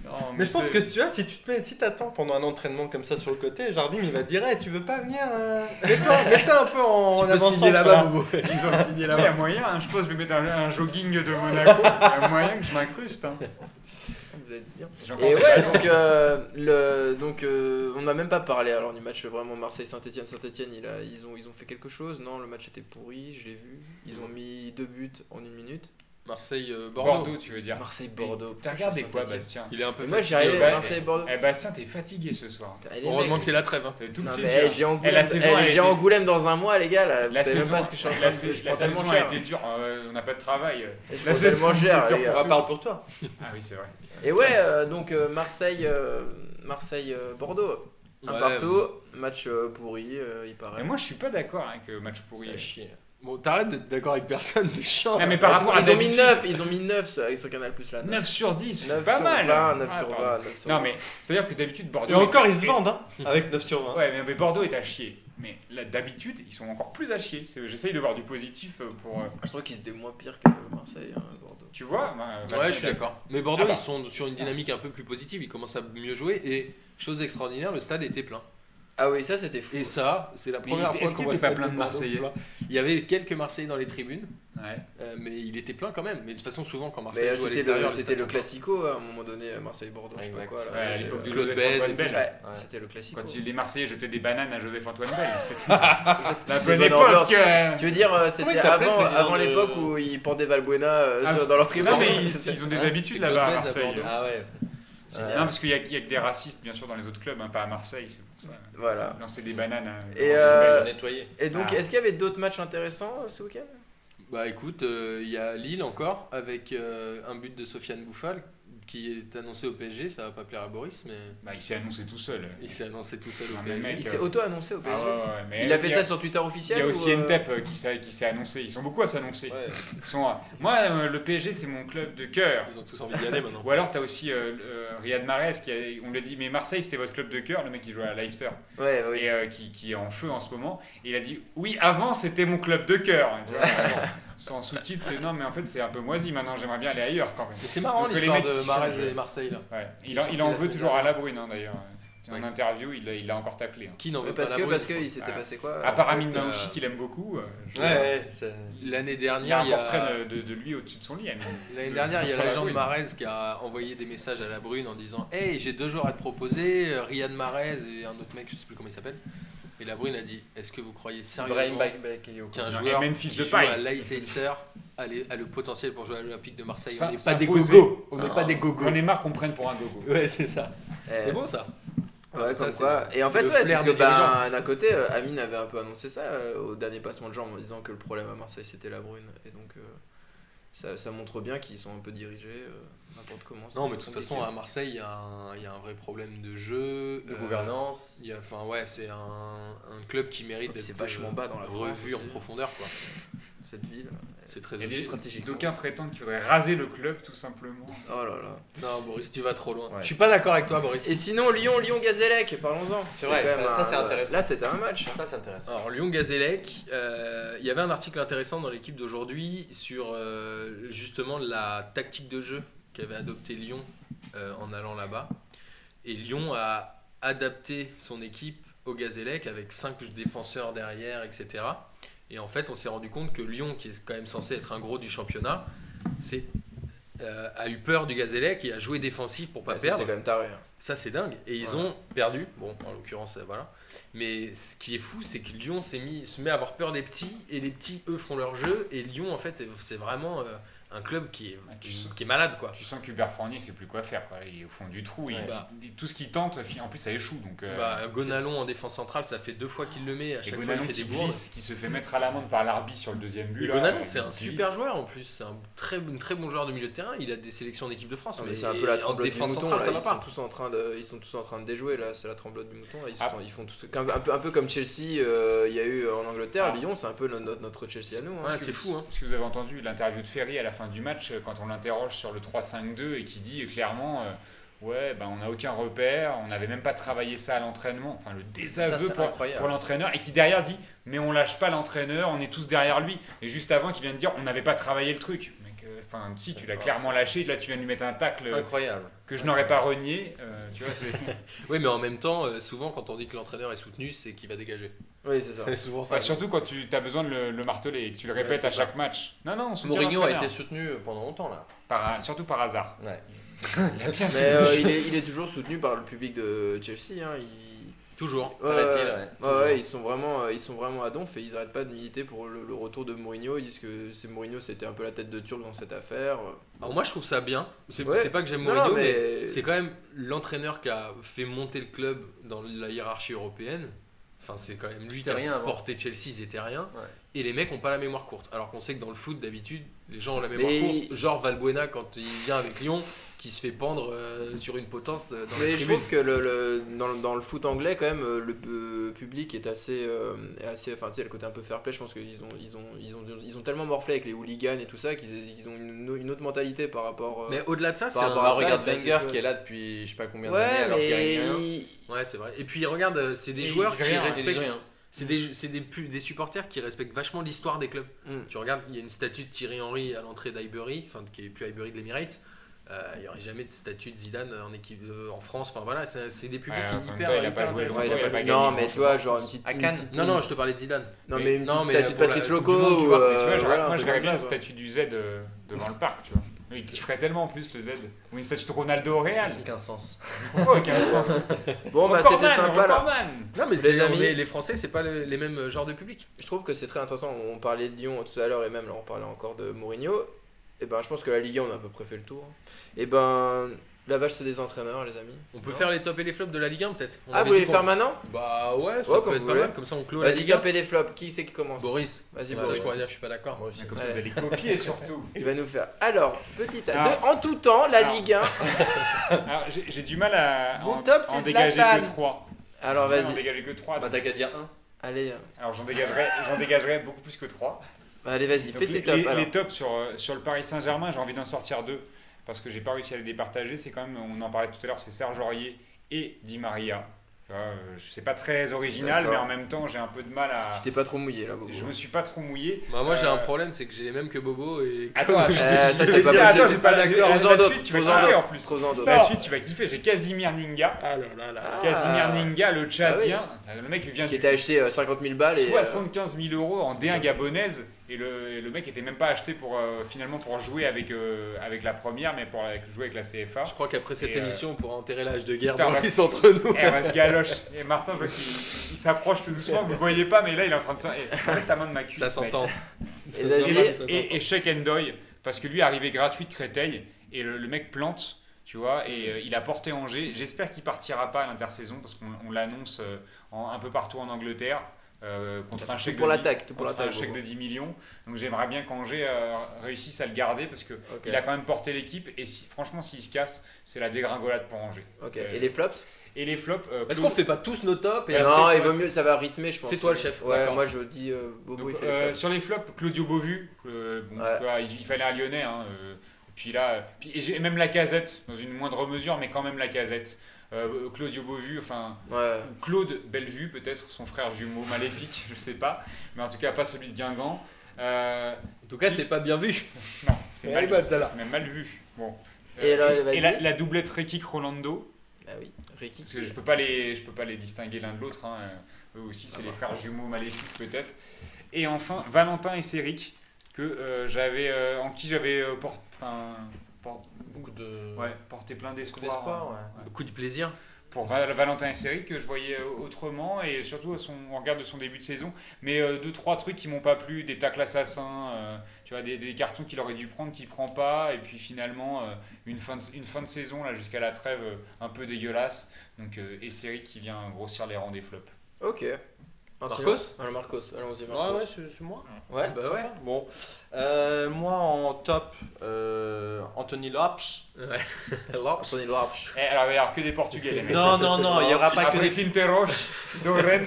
Speaker 2: Non,
Speaker 4: Mais je pense
Speaker 2: c'est-
Speaker 4: que tu vois, si tu te mets, si t'attends pendant un entraînement comme ça sur le côté, Jardim il va te dire, Eh, tu veux pas venir euh, Mets-toi mets-toi un peu en,
Speaker 3: Tu
Speaker 4: en
Speaker 3: peux
Speaker 4: avant-centre,
Speaker 3: signer
Speaker 4: là.
Speaker 3: là-bas, Bobo.
Speaker 2: Ils ont signé là-bas. Il y a moyen, hein, je pense que je vais mettre un, un jogging de Monaco. Il y a moyen que je m'incruste. Hein.
Speaker 1: Vous êtes bien.
Speaker 2: J'ai encore
Speaker 1: Et ouais,
Speaker 2: des ballons.
Speaker 1: donc, euh, le, donc euh, on n'a même pas parlé alors du match vraiment Marseille-Saint-Etienne. Saint-Etienne, il a- ils, ont, ils ont fait quelque chose. Non, le match était pourri, je l'ai vu. Ils ont mis deux buts en une minute.
Speaker 3: Marseille euh, Bordeaux.
Speaker 2: Bordeaux, tu veux
Speaker 1: Bah,
Speaker 2: dire.
Speaker 1: Marseille-Bordeaux.
Speaker 2: Ah, T'as regardé quoi,
Speaker 1: Saint-Étienne.
Speaker 2: Bastien
Speaker 3: Il est un peu.
Speaker 1: Mais Moi,
Speaker 3: fatigué,
Speaker 1: j'y arrivais.
Speaker 2: bah,
Speaker 1: Marseille-Bordeaux.
Speaker 2: Eh, Bastien, t'es fatigué ce soir.
Speaker 1: Putain, les mecs,
Speaker 3: Heureusement que c'est la trêve. hein.
Speaker 2: T'es tout
Speaker 1: Non,
Speaker 2: petit.
Speaker 1: mais hey,
Speaker 2: sûr.
Speaker 1: j'ai Angoulême,
Speaker 2: Eh, la saison,
Speaker 1: hey,
Speaker 2: elle a
Speaker 1: j'ai
Speaker 2: été-
Speaker 1: Angoulême dans un mois, les gars. Là,
Speaker 2: La
Speaker 1: vous savez même
Speaker 2: saison,
Speaker 1: pas ce que je suis en train
Speaker 2: la
Speaker 1: de
Speaker 2: sa-
Speaker 1: dire. Je
Speaker 2: la
Speaker 1: prends
Speaker 2: saison
Speaker 1: tellement
Speaker 2: a
Speaker 1: cher.
Speaker 2: été dure, euh, on n'a pas de travail.
Speaker 1: Et Je
Speaker 2: la
Speaker 1: prends
Speaker 2: saison
Speaker 1: tellement cher,
Speaker 2: était dure
Speaker 1: les
Speaker 2: pour
Speaker 1: gars. euh,
Speaker 4: Ah, parle pour toi.
Speaker 2: Ah oui, c'est vrai.
Speaker 1: Et ouais, euh, donc euh, Marseille, euh, Marseille, euh, Bordeaux, un
Speaker 3: Ouais,
Speaker 1: partout, match euh, pourri, euh, il paraît.
Speaker 2: Mais moi, je suis pas d'accord avec le match pourri.
Speaker 3: Ça chie. Bon, t'arrêtes d'être d'accord avec personne, Deschamps.
Speaker 2: Non, mais par
Speaker 1: Ils
Speaker 2: rapport
Speaker 1: ont-
Speaker 2: à
Speaker 1: Ah, ils ont mis
Speaker 2: d'habitude,
Speaker 1: 9, ils ont mis 9 avec sur Canal Plus là.
Speaker 2: 9 sur 10,
Speaker 1: 9
Speaker 2: pas
Speaker 1: sur
Speaker 2: mal.
Speaker 1: 20, 9
Speaker 2: Ah,
Speaker 1: sur
Speaker 2: pardon.
Speaker 1: 20, 9 sur
Speaker 2: Non,
Speaker 1: 20.
Speaker 2: mais c'est-à-dire que d'habitude,
Speaker 4: Et
Speaker 2: Bordeaux.
Speaker 4: encore, ils se
Speaker 2: est-
Speaker 4: vendent, hein, avec 9 sur 20.
Speaker 2: Ouais, mais, mais Bordeaux est à chier. Mais là, d'habitude, ils sont encore plus à chier. C'est- J'essaye de voir du positif euh, pour. euh,
Speaker 1: Je trouve qu'ils étaient moins pires que Marseille, hein, Bordeaux.
Speaker 2: Tu vois moi, euh, Bastien,
Speaker 3: Ouais, je suis
Speaker 2: t'as-
Speaker 3: d'accord. Mais Bordeaux,
Speaker 2: Ah bah.
Speaker 3: ils sont sur une dynamique un peu plus positive. Ils commencent à mieux jouer et chose extraordinaire, le stade était plein.
Speaker 1: Ah oui, ça c'était fou.
Speaker 3: Et ça, c'est la
Speaker 2: Mais
Speaker 3: première
Speaker 2: il était-
Speaker 3: fois
Speaker 2: est-ce
Speaker 3: qu'on
Speaker 2: qu'il
Speaker 3: voit
Speaker 2: était pas
Speaker 3: ça
Speaker 2: plein de
Speaker 3: Bordeaux
Speaker 2: Marseillais
Speaker 3: plein. Il y avait quelques Marseillais dans les tribunes,
Speaker 2: Ouais.
Speaker 3: euh, mais il était plein quand même. Mais de toute façon, souvent quand Marseille
Speaker 1: Mais euh,
Speaker 3: joue à
Speaker 1: c'était le,
Speaker 3: l'extérieur, les
Speaker 1: c'était
Speaker 3: stades
Speaker 1: le
Speaker 3: sont
Speaker 1: classico à un moment donné, euh, Marseille-Bordeaux, je sais pas
Speaker 4: Exact.
Speaker 1: quoi. là,
Speaker 2: Ouais, à
Speaker 1: c'était,
Speaker 2: l'époque
Speaker 1: euh,
Speaker 2: de
Speaker 3: Claude
Speaker 2: Claude
Speaker 3: Bèze
Speaker 2: Bèze
Speaker 3: et
Speaker 2: Bell.
Speaker 1: Ouais,
Speaker 4: Ouais.
Speaker 1: c'était le classico.
Speaker 2: Quand il- les Marseillais jetaient des bananes à Joseph-Antoine Bell. C'était la
Speaker 1: C'était
Speaker 2: bonne
Speaker 1: bonne
Speaker 2: époque.
Speaker 1: ambiance.
Speaker 2: euh.
Speaker 1: Tu veux dire, euh,
Speaker 4: Comment il
Speaker 1: c'était
Speaker 4: s'appelait, le
Speaker 1: avant,
Speaker 4: président
Speaker 1: avant
Speaker 4: de-
Speaker 1: l'époque où ils pendaient Valbuena euh,
Speaker 2: Ah,
Speaker 1: sur- dans leur tribune
Speaker 2: Non, mais ils, ils ont des
Speaker 3: Hein,
Speaker 2: habitudes
Speaker 3: c'est
Speaker 2: là-bas à
Speaker 3: Claude Bèze à
Speaker 2: Marseille.
Speaker 3: Bordeaux.
Speaker 4: Ah ouais.
Speaker 2: Non, parce qu'il n'y a, il y a que des racistes, bien sûr, dans les autres clubs, hein, pas à Marseille, c'est pour ça.
Speaker 1: Voilà.
Speaker 2: Lancer des bananes. hein,
Speaker 1: Ah. Et,
Speaker 2: dans-
Speaker 1: euh,
Speaker 4: Ils ont nettoyé.
Speaker 1: Et donc,
Speaker 2: Ah.
Speaker 1: est-ce qu'il y avait d'autres matchs intéressants euh, ce week-end
Speaker 3: Bah écoute, euh, il y a Lille encore avec euh, un but de Sofiane Bouffal qui est annoncé au PSG. Ça va pas plaire à Boris, mais
Speaker 2: Bah, il s'est annoncé tout seul.
Speaker 3: il s'est annoncé tout seul
Speaker 2: Ah,
Speaker 3: au
Speaker 2: mais
Speaker 3: PSG.
Speaker 2: mec,
Speaker 1: Il
Speaker 2: euh,
Speaker 1: s'est auto-annoncé au
Speaker 2: ah
Speaker 1: PSG.
Speaker 2: ouais, ouais, mais
Speaker 1: Il a fait
Speaker 2: y
Speaker 1: ça sur Twitter officiel
Speaker 2: Il y a
Speaker 1: ou,
Speaker 2: aussi
Speaker 1: euh,
Speaker 2: Entep euh, qui s'est qui s'est annoncé. Ils sont beaucoup à s'annoncer.
Speaker 4: Ouais.
Speaker 2: Ils sont, euh, Moi, euh, le PSG, c'est mon club de cœur.
Speaker 3: Ils ont tous envie d'y aller maintenant.
Speaker 2: Ou alors, tu as aussi euh, euh, Riyad Mahrez, qui a- on lui a dit Mais Marseille, c'était votre club de cœur, le mec qui jouait à Leicester,
Speaker 1: Ouais, oui.
Speaker 2: et euh, qui, qui est en feu en ce moment. Et il a dit Oui, avant, c'était mon club de cœur. Tu vois, alors, sans sous-titres, c'est non, mais en fait, c'est un peu moisi maintenant, j'aimerais bien aller ailleurs quand même.
Speaker 3: Mais c'est marrant
Speaker 2: Donc, les
Speaker 3: l'histoire
Speaker 2: mecs
Speaker 3: de
Speaker 2: qui
Speaker 3: Marez
Speaker 2: changent.
Speaker 3: et Marseille là.
Speaker 2: Ouais. Il,
Speaker 3: Ils
Speaker 2: en-
Speaker 3: sont
Speaker 2: il en
Speaker 3: sortis
Speaker 2: veut
Speaker 3: la
Speaker 2: toujours à
Speaker 3: semaine
Speaker 2: la Brune, hein, d'ailleurs. En
Speaker 3: Ouais.
Speaker 2: interview, il l'a il l'a encore taclé. hein.
Speaker 3: Qui n'en veut
Speaker 1: parce
Speaker 3: pas
Speaker 1: que
Speaker 3: la
Speaker 1: parce
Speaker 3: Brune,
Speaker 1: qu'il s'était
Speaker 2: Voilà.
Speaker 1: passé quoi
Speaker 2: À part
Speaker 3: fait,
Speaker 2: Amin
Speaker 3: euh,
Speaker 2: Naouchi, qu'il aime beaucoup, euh, je-
Speaker 4: ouais, c'est-
Speaker 3: L'année
Speaker 2: il y a
Speaker 3: dernière,
Speaker 2: un portrait de, de- de lui au-dessus de son lit, Amin.
Speaker 3: L'année dernière, il y
Speaker 2: Sur
Speaker 3: a
Speaker 2: la
Speaker 3: l'agent de
Speaker 2: Brune.
Speaker 3: Marez qui a envoyé des messages à la Brune en disant Hey, j'ai deux joueurs à te proposer, euh, Riyad Marez et un autre mec, je sais plus comment il s'appelle. Et la Brune a dit Est-ce que vous croyez
Speaker 4: Brahim
Speaker 3: sérieusement
Speaker 4: Bakayoko.
Speaker 3: qu'un
Speaker 2: Non, et
Speaker 3: joueur
Speaker 2: Memphis
Speaker 3: qui
Speaker 2: Depay.
Speaker 3: joue à Leicester a, les- a le potentiel pour jouer à l'Olympique de Marseille
Speaker 2: Ça-
Speaker 3: On n'est
Speaker 2: ça
Speaker 3: pas des
Speaker 2: posait.
Speaker 3: gogos. On n'est
Speaker 1: Ah.
Speaker 3: pas des gogos.
Speaker 2: Quand les marques, on prenne pour un gogo.
Speaker 3: Ouais, c'est ça.
Speaker 1: Eh,
Speaker 3: C'est beau ça.
Speaker 1: Ouais,
Speaker 3: Ça,
Speaker 1: comme
Speaker 3: c'est-
Speaker 1: quoi. Et en
Speaker 3: c'est
Speaker 1: fait,
Speaker 3: le
Speaker 1: ouais,
Speaker 3: flair
Speaker 1: parce que
Speaker 3: des
Speaker 1: ben, d'un côté, euh, Amine avait un peu annoncé ça euh, au dernier passement de jambe en disant que le problème à Marseille c'était la brune. Et donc, euh, ça, ça montre bien qu'ils sont un peu dirigés euh, n'importe comment. c'est
Speaker 3: Non, mais de toute façon, à
Speaker 1: compliqué.
Speaker 3: Marseille, il y, a un- il y a un vrai problème de jeu.
Speaker 4: De
Speaker 3: euh,
Speaker 4: gouvernance.
Speaker 3: Il y a- Enfin, ouais, c'est un, un club qui mérite
Speaker 1: C'est
Speaker 3: d'être
Speaker 1: vachement
Speaker 3: euh,
Speaker 1: bas dans la France
Speaker 3: revu en
Speaker 1: aussi.
Speaker 3: profondeur, quoi.
Speaker 1: cette ville. euh,
Speaker 3: C'est très
Speaker 2: Il y a des-
Speaker 3: obscur.
Speaker 2: D'aucuns prétendent qu'il faudrait raser le club, tout simplement.
Speaker 1: Oh là là.
Speaker 3: Non, Boris, tu vas trop loin.
Speaker 4: Ouais.
Speaker 3: Je suis pas d'accord avec toi, Boris.
Speaker 1: Et sinon, Lyon, Lyon, Gazélec, parlons-en.
Speaker 4: vrai,
Speaker 1: quand
Speaker 4: ça-
Speaker 1: même
Speaker 4: ça, c'est
Speaker 1: un-
Speaker 4: intéressant.
Speaker 1: Là, c'était un match.
Speaker 4: Ça, c'est intéressant.
Speaker 3: Alors, Lyon-Gazélec, euh, il y avait un article intéressant dans l'équipe d'aujourd'hui sur euh, justement la tactique de jeu qu'avait adopté Lyon euh, en allant là-bas. Et Lyon a adapté son équipe au Gazélec avec 5 défenseurs derrière, etc. Et en fait, on s'est rendu compte que Lyon, qui est quand même censé être un gros du championnat, c'est, euh, a eu peur du Gazélec et a joué défensif pour pas
Speaker 1: Ouais, ça,
Speaker 3: perdre.
Speaker 1: C'est quand même taré. hein.
Speaker 3: Ça, c'est dingue. Et ils
Speaker 1: Voilà.
Speaker 3: ont perdu. Bon, en l'occurrence, euh, voilà. Mais ce qui est fou, c'est que Lyon s'est mis, se met à avoir peur des petits. Et les petits, eux, font leur jeu. Et Lyon, en fait, c'est vraiment euh, un club qui est,
Speaker 2: Ah, tu
Speaker 3: qui,
Speaker 2: sens-
Speaker 3: qui est malade, quoi.
Speaker 2: Tu sens qu'Hubert Fournier, c'est plus quoi faire. Quoi. Il est au fond du trou. il-
Speaker 3: Ouais. Bah.
Speaker 2: il- tout ce qu'il tente, fi- en plus, ça échoue. Donc, euh,
Speaker 3: Bah, Gonalon en défense centrale, ça fait deux fois qu'il le met. À
Speaker 2: et
Speaker 3: chaque fois,
Speaker 2: Gonalon
Speaker 3: il fait
Speaker 2: qui
Speaker 3: des bourdes.
Speaker 2: glisse, qui se fait mettre à l'amende par l'arbitre sur le deuxième but.
Speaker 3: Et
Speaker 2: là,
Speaker 3: Gonalon,
Speaker 2: euh,
Speaker 3: c'est un
Speaker 2: glisse.
Speaker 3: super joueur en plus. C'est un très, un très bon joueur de milieu de terrain. Il a des sélections en équipe de France.
Speaker 1: Non,
Speaker 3: mais
Speaker 1: Ah, mais c'est un peu la
Speaker 3: en
Speaker 1: tremblote du
Speaker 3: défense
Speaker 1: mouton.
Speaker 3: centrale,
Speaker 1: là,
Speaker 3: ça va
Speaker 1: ils,
Speaker 3: pas.
Speaker 1: Sont tous en train de, ils sont tous en train de déjouer. Là, c'est la tremblade du mouton. là. Ils, se
Speaker 2: Ah.
Speaker 1: font- ils font tous, un, peu- un peu, un peu comme Chelsea. euh, Il y a eu euh, en Angleterre,
Speaker 2: Ah.
Speaker 1: Lyon, c'est un peu no- notre, notre Chelsea à nous. hein.
Speaker 3: Ouais,
Speaker 2: Est-ce
Speaker 3: c'est
Speaker 2: que-
Speaker 3: fou, hein.
Speaker 2: Est-ce que vous avez entendu l'interview de Ferry à la fin du match euh, quand on l'interroge sur le 3-5-2 et qui dit clairement euh, Ouais, ben, on n'a aucun repère, on n'avait même pas travaillé ça à l'entraînement. Enfin, le
Speaker 4: Ça,
Speaker 2: désaveu
Speaker 4: c'est
Speaker 2: pour,
Speaker 4: incroyable.
Speaker 2: pour l'entraîneur et qui derrière dit Mais on lâche pas l'entraîneur, on est tous derrière lui. Et juste avant, qui vient de dire On n'avait pas travaillé le truc. Mec, euh, Enfin, si, tu l'as clairement lâché, là, tu viens de lui mettre un tacle euh,
Speaker 4: Incroyable.
Speaker 2: que je n'aurais pas renié. euh, tu vois, c'est.
Speaker 3: Oui, mais en même temps, euh, souvent, quand on dit que l'entraîneur est soutenu, c'est qu'il va dégager.
Speaker 1: Oui, c'est ça.
Speaker 3: C'est souvent
Speaker 2: Ouais,
Speaker 3: ça.
Speaker 2: surtout quand tu as besoin de le, le marteler et que tu le
Speaker 3: Ouais,
Speaker 2: répètes
Speaker 3: c'est
Speaker 2: à chaque match. Non, non, on soutient
Speaker 4: Mourinho a
Speaker 2: l'entraîneur.
Speaker 4: été soutenu pendant longtemps, là.
Speaker 2: Par- surtout par hasard.
Speaker 4: Ouais.
Speaker 2: Il a bien
Speaker 1: Mais
Speaker 2: soutenu.
Speaker 1: euh, il, est, il est toujours soutenu par le public de Chelsea. hein. Ils...
Speaker 3: Toujours.
Speaker 1: Ouais,
Speaker 4: Paraît-il,
Speaker 1: ouais.
Speaker 4: ouais,
Speaker 1: Ouais,
Speaker 4: toujours.
Speaker 1: ouais, ils sont vraiment, euh, ils sont vraiment à donf et ils n'arrêtent pas de militer pour le, le retour de Mourinho. Ils disent que c'est Mourinho, c'était un peu la tête de Turc dans cette affaire.
Speaker 3: Alors moi je trouve ça bien. C'est
Speaker 1: Ouais.
Speaker 3: c'est pas que j'aime
Speaker 1: Non,
Speaker 3: Mourinho,
Speaker 1: non,
Speaker 3: mais,
Speaker 1: mais- euh,
Speaker 3: c'est quand même l'entraîneur qui a fait monter le club dans la hiérarchie européenne. Enfin, c'est quand même lui qui
Speaker 4: C'était
Speaker 3: a
Speaker 4: rien avant.
Speaker 3: porté Chelsea, ils étaient rien.
Speaker 4: Ouais.
Speaker 3: Et les mecs ont pas la mémoire courte. Alors qu'on sait que dans le foot, d'habitude, les gens ont la mémoire
Speaker 1: Mais-
Speaker 3: courte. Genre Valbuena, quand il vient avec Lyon, qui se fait pendre euh, sur une potence euh, dans la
Speaker 1: Mais je
Speaker 3: tribune.
Speaker 1: trouve que le, le- dans, le- dans le foot anglais, quand même, euh, le euh, public est assez. euh, est assez enfin, tu sais, le côté un peu fair play, je pense qu'ils ont, ils ont, ils ont, ils ont tellement morflé avec les hooligans et tout ça qu'ils qu'ils ont une, une autre mentalité par rapport. euh,
Speaker 3: Mais au-delà de ça, c'est
Speaker 1: Par
Speaker 3: un...
Speaker 1: rapport à ça,
Speaker 4: regarde
Speaker 1: c'est assez
Speaker 4: Wenger
Speaker 1: chouette.
Speaker 4: qui est là depuis je sais pas combien d'années
Speaker 1: ouais,
Speaker 4: alors qu'il
Speaker 1: mais.
Speaker 4: gagne rien.
Speaker 1: ils-
Speaker 3: Ouais, c'est vrai. Et puis regarde, euh, c'est des
Speaker 2: Et
Speaker 3: joueurs
Speaker 2: ils
Speaker 3: qui
Speaker 2: disent rien, ils disent
Speaker 3: respectent.
Speaker 4: rien.
Speaker 3: C'est des, c'est des, pu- des supporters qui respectent vachement l'histoire des clubs.
Speaker 1: Mm.
Speaker 3: Tu regardes, il y a une statue de Thierry Henry à l'entrée d'Highbury, enfin qui est plus Highbury de l'Emirates. Euh, il n'y aurait jamais de statue de Zidane en équipe de- en France. Enfin voilà, c'est c'est des publics
Speaker 2: Ouais, en
Speaker 3: qui
Speaker 2: même
Speaker 3: hyper.
Speaker 2: temps, il a
Speaker 3: hyper
Speaker 2: pas joué
Speaker 3: intéressants.
Speaker 2: longtemps,
Speaker 1: Ouais, il a
Speaker 2: il a
Speaker 1: pas-
Speaker 2: pas
Speaker 1: non,
Speaker 2: gagné
Speaker 1: mais tu
Speaker 2: grand-chose,
Speaker 1: vois,
Speaker 2: je
Speaker 1: genre une
Speaker 2: pense.
Speaker 1: petite.
Speaker 4: À
Speaker 1: une
Speaker 4: Cannes.
Speaker 1: petite-
Speaker 3: Non non, je te parlais de Zidane.
Speaker 1: Non,
Speaker 2: mais-
Speaker 1: mais une
Speaker 3: non,
Speaker 1: petite
Speaker 3: mais
Speaker 1: statue de
Speaker 3: pour la
Speaker 1: Patrice
Speaker 3: Coupe du
Speaker 1: Loco.
Speaker 3: Monde, tu
Speaker 1: ou,
Speaker 2: Mais tu
Speaker 3: vois,
Speaker 2: vois,
Speaker 1: euh,
Speaker 2: j'aurais-
Speaker 1: voilà,
Speaker 2: moi
Speaker 1: un
Speaker 2: je
Speaker 1: truc
Speaker 2: verrais
Speaker 1: comme
Speaker 2: bien une
Speaker 1: ça, quoi.
Speaker 2: statue du Z euh, devant le parc, tu vois. Il kifferait tellement en plus le Z. Ou une statue de Ronaldo au Real.
Speaker 4: Aucun sens.
Speaker 2: Pourquoi aucun sens
Speaker 1: Bon, bah, c'était sympa là.
Speaker 3: Non mais
Speaker 1: Les
Speaker 3: c'est-
Speaker 1: amis.
Speaker 3: on est- les Français, c'est pas le- les mêmes genres de public.
Speaker 1: Je trouve que c'est très intéressant. On parlait de Lyon tout à l'heure et même là on parlait encore de Mourinho. Et ben je pense que la Ligue 1 on a à peu près fait le tour. Et ben lavage c'est des entraîneurs les amis.
Speaker 3: On peut
Speaker 1: Non
Speaker 3: faire les tops et les flops de la Ligue 1 peut-être. On
Speaker 1: Ah
Speaker 3: avait
Speaker 1: vous
Speaker 3: dit
Speaker 1: voulez
Speaker 3: qu'on-
Speaker 1: faire maintenant
Speaker 3: Bah ouais, ça
Speaker 1: Ouais,
Speaker 3: peut
Speaker 1: comme
Speaker 3: être
Speaker 1: vous
Speaker 3: pas
Speaker 1: voulez.
Speaker 3: mal. Comme ça, on clôt la
Speaker 1: Vas-y
Speaker 3: Ligue 1.
Speaker 1: taper les flops. Qui c'est qui commence
Speaker 3: Boris.
Speaker 1: Vas-y
Speaker 3: Ouais, ça,
Speaker 1: Boris.
Speaker 3: je pourrais dire que je suis pas d'accord.
Speaker 4: Moi aussi.
Speaker 2: Comme ça,
Speaker 1: Ouais.
Speaker 2: vous allez copier surtout.
Speaker 1: Il va nous faire. Alors petite.
Speaker 2: Ah.
Speaker 1: de- En tout temps la
Speaker 2: Ah.
Speaker 1: Ligue 1.
Speaker 2: Alors, j'ai j'ai du mal à
Speaker 1: Mon
Speaker 2: en,
Speaker 1: top,
Speaker 2: en
Speaker 1: c'est
Speaker 2: dégager
Speaker 1: Zlatan.
Speaker 2: que 3.
Speaker 1: Alors
Speaker 2: En
Speaker 1: vas-y.
Speaker 2: dégager que 3.
Speaker 4: Bah t'as qu'à dire un.
Speaker 1: Allez. euh,
Speaker 2: Alors j'en dégagerai, j'en dégagerai beaucoup plus que 3.
Speaker 1: bah, Allez vas-y. Fais
Speaker 2: les,
Speaker 1: tes tops.
Speaker 2: les-
Speaker 1: alors.
Speaker 2: les tops sur, euh, sur le Paris Saint-Germain, j'ai envie d'en sortir deux. Parce que j'ai pas réussi à les départager. C'est quand même, on en parlait tout à l'heure, c'est Serge Aurier et Di Maria. Tu vois, euh, je- C'est pas très original, mais
Speaker 1: D'accord.
Speaker 2: en même temps, j'ai un peu de mal à.
Speaker 1: Tu t'es pas trop mouillé là, Bobo.
Speaker 2: Je me suis pas trop mouillé.
Speaker 3: Bah, moi, j'ai un
Speaker 2: Euh,
Speaker 3: problème, c'est que j'ai les mêmes que Bobo et.
Speaker 2: Attends,
Speaker 3: comme
Speaker 2: euh,
Speaker 3: je
Speaker 1: Euh,
Speaker 3: l'ai
Speaker 1: ça
Speaker 3: dit-
Speaker 1: c'est pas
Speaker 2: Tiens,
Speaker 1: possible.
Speaker 2: attends, j'ai pas la-
Speaker 1: d'accord.
Speaker 2: la-
Speaker 1: Vous
Speaker 2: la
Speaker 1: en
Speaker 2: suite,
Speaker 1: dope,
Speaker 2: tu vas
Speaker 1: vous
Speaker 2: kiffer,
Speaker 1: en
Speaker 2: en plus.
Speaker 1: dope.
Speaker 2: La suite, tu vas kiffer. J'ai Casimir Ninga.
Speaker 3: Ah là là là.
Speaker 2: Casimir Ninga, le Tchadien. Le mec qui vient
Speaker 1: Ah Qui
Speaker 2: du
Speaker 1: était acheté euh, 50 000 balles et. euh,
Speaker 2: 75 000 euros en D1 gabonaise et le, et le mec était même pas acheté pour euh, finalement pour jouer avec, euh, avec la première mais pour avec- jouer avec la CFA.
Speaker 3: Je crois qu'après cette
Speaker 2: Et, euh,
Speaker 3: émission, on pourra enterrer l'âge de guerre
Speaker 2: putain,
Speaker 3: dans
Speaker 2: bah,
Speaker 3: les entre nous.
Speaker 2: Eh, on se galoche. Et Martin, je vois qu'il il s'approche tout doucement, vous le voyez pas, mais là il est en train de s'en- eh, enlève ta main de ma cuisse.
Speaker 3: Ça
Speaker 2: mec.
Speaker 3: s'entend.
Speaker 1: Et
Speaker 3: Ça
Speaker 1: là,
Speaker 3: s'entend,
Speaker 1: il est-
Speaker 3: ça s'entend.
Speaker 2: Et, et Shake and Doy, parce que lui est arrivé gratuit de Créteil et le, le mec plante. Tu vois, et euh, il a porté Angers. J'espère qu'il partira pas à l'intersaison parce qu'on on l'annonce euh, en- un peu partout en Angleterre euh, contre un
Speaker 1: Tout
Speaker 2: chèque
Speaker 1: pour
Speaker 2: de
Speaker 1: l'attaque, tout pour
Speaker 2: contre un
Speaker 1: l'attaque.
Speaker 2: chèque de
Speaker 1: Bobo.
Speaker 2: 10 millions. Donc j'aimerais bien qu'Angers euh, réussisse à le garder parce qu'il
Speaker 1: Ok,
Speaker 2: a quand même porté l'équipe. Et si, franchement, s'il se casse, c'est la dégringolade pour Angers.
Speaker 1: ok. Et les flops
Speaker 2: Et les flops. euh,
Speaker 3: Est-ce
Speaker 2: Claude-
Speaker 3: qu'on fait pas tous nos tops et après,
Speaker 1: Non,
Speaker 3: toi-
Speaker 1: Bah, il vaut mieux, ça va rythmer, je pense.
Speaker 3: C'est toi le chef,
Speaker 1: Ouais,
Speaker 3: d'accord.
Speaker 1: moi je dis euh, Bobo,
Speaker 2: donc,
Speaker 1: il fait les
Speaker 2: euh,
Speaker 1: flops.
Speaker 2: sur les flops, Claudio Beauvu, euh, bon,
Speaker 1: Ouais.
Speaker 2: tu vois, il, il fallait un Lyonnais. hein, euh, et puis là, euh, puis- et j'ai même la casette, dans une moindre mesure, mais quand même la casette. Euh, Claudio Beauvu, enfin,
Speaker 1: Ouais.
Speaker 2: ou Claude Bellevue, peut-être son frère jumeau maléfique, je sais pas, mais en tout cas pas celui de Guingamp. Euh,
Speaker 3: En tout cas, c'est pas bien vu.
Speaker 2: non, c'est
Speaker 3: Elle
Speaker 2: mal,
Speaker 3: est bonne, celle-là.
Speaker 2: c'est même mal vu. Bon.
Speaker 1: Et là,
Speaker 2: Euh,
Speaker 1: vas-y.
Speaker 2: la, la doublette Rekik Rolando,
Speaker 1: Ah oui, Ricky.
Speaker 2: parce que je peux pas les, je peux pas les distinguer l'un de l'autre. hein, euh, Eux aussi, c'est
Speaker 1: Ah
Speaker 2: les
Speaker 1: bah,
Speaker 2: frères
Speaker 1: ça.
Speaker 2: jumeaux maléfiques peut-être. Et enfin Valentin et Céric, que euh, j'avais, euh, en qui j'avais euh, port- enfin, port-
Speaker 4: Beaucoup de.
Speaker 2: ouais, porté plein d'espoir.
Speaker 4: D'espoir, ouais.
Speaker 3: Beaucoup de plaisir.
Speaker 2: Pour Val- Valentin et Céric, que je voyais euh, autrement et surtout à son, on regarde de son début de saison. Mais euh, deux trois trucs qui m'ont pas plu, des tacles assassins, euh, tu vois, des, des cartons qu'il aurait dû prendre, qu'il prend pas, et puis finalement euh, une fin de, une fin de saison là jusqu'à la trêve euh, un peu dégueulasse. Donc euh, et Céric qui vient grossir les rangs des flops.
Speaker 1: Ok.
Speaker 3: Marcos
Speaker 1: Alors Marcos, allons-y
Speaker 4: Ouais,
Speaker 1: Marcos.
Speaker 4: ouais, c'est c'est moi.
Speaker 1: Ouais.
Speaker 3: Bah
Speaker 4: Sympa.
Speaker 3: ouais.
Speaker 4: Ah, Bon. Euh, moi, en top, euh, Anthony Lopes.
Speaker 3: Ouais.
Speaker 1: Anthony Larch.
Speaker 2: Eh, alors il va y avoir que des Portugais. les mecs.
Speaker 4: Non, non, non, il n'y aura pas que
Speaker 2: Après
Speaker 4: des.
Speaker 2: Quinteros, Doren,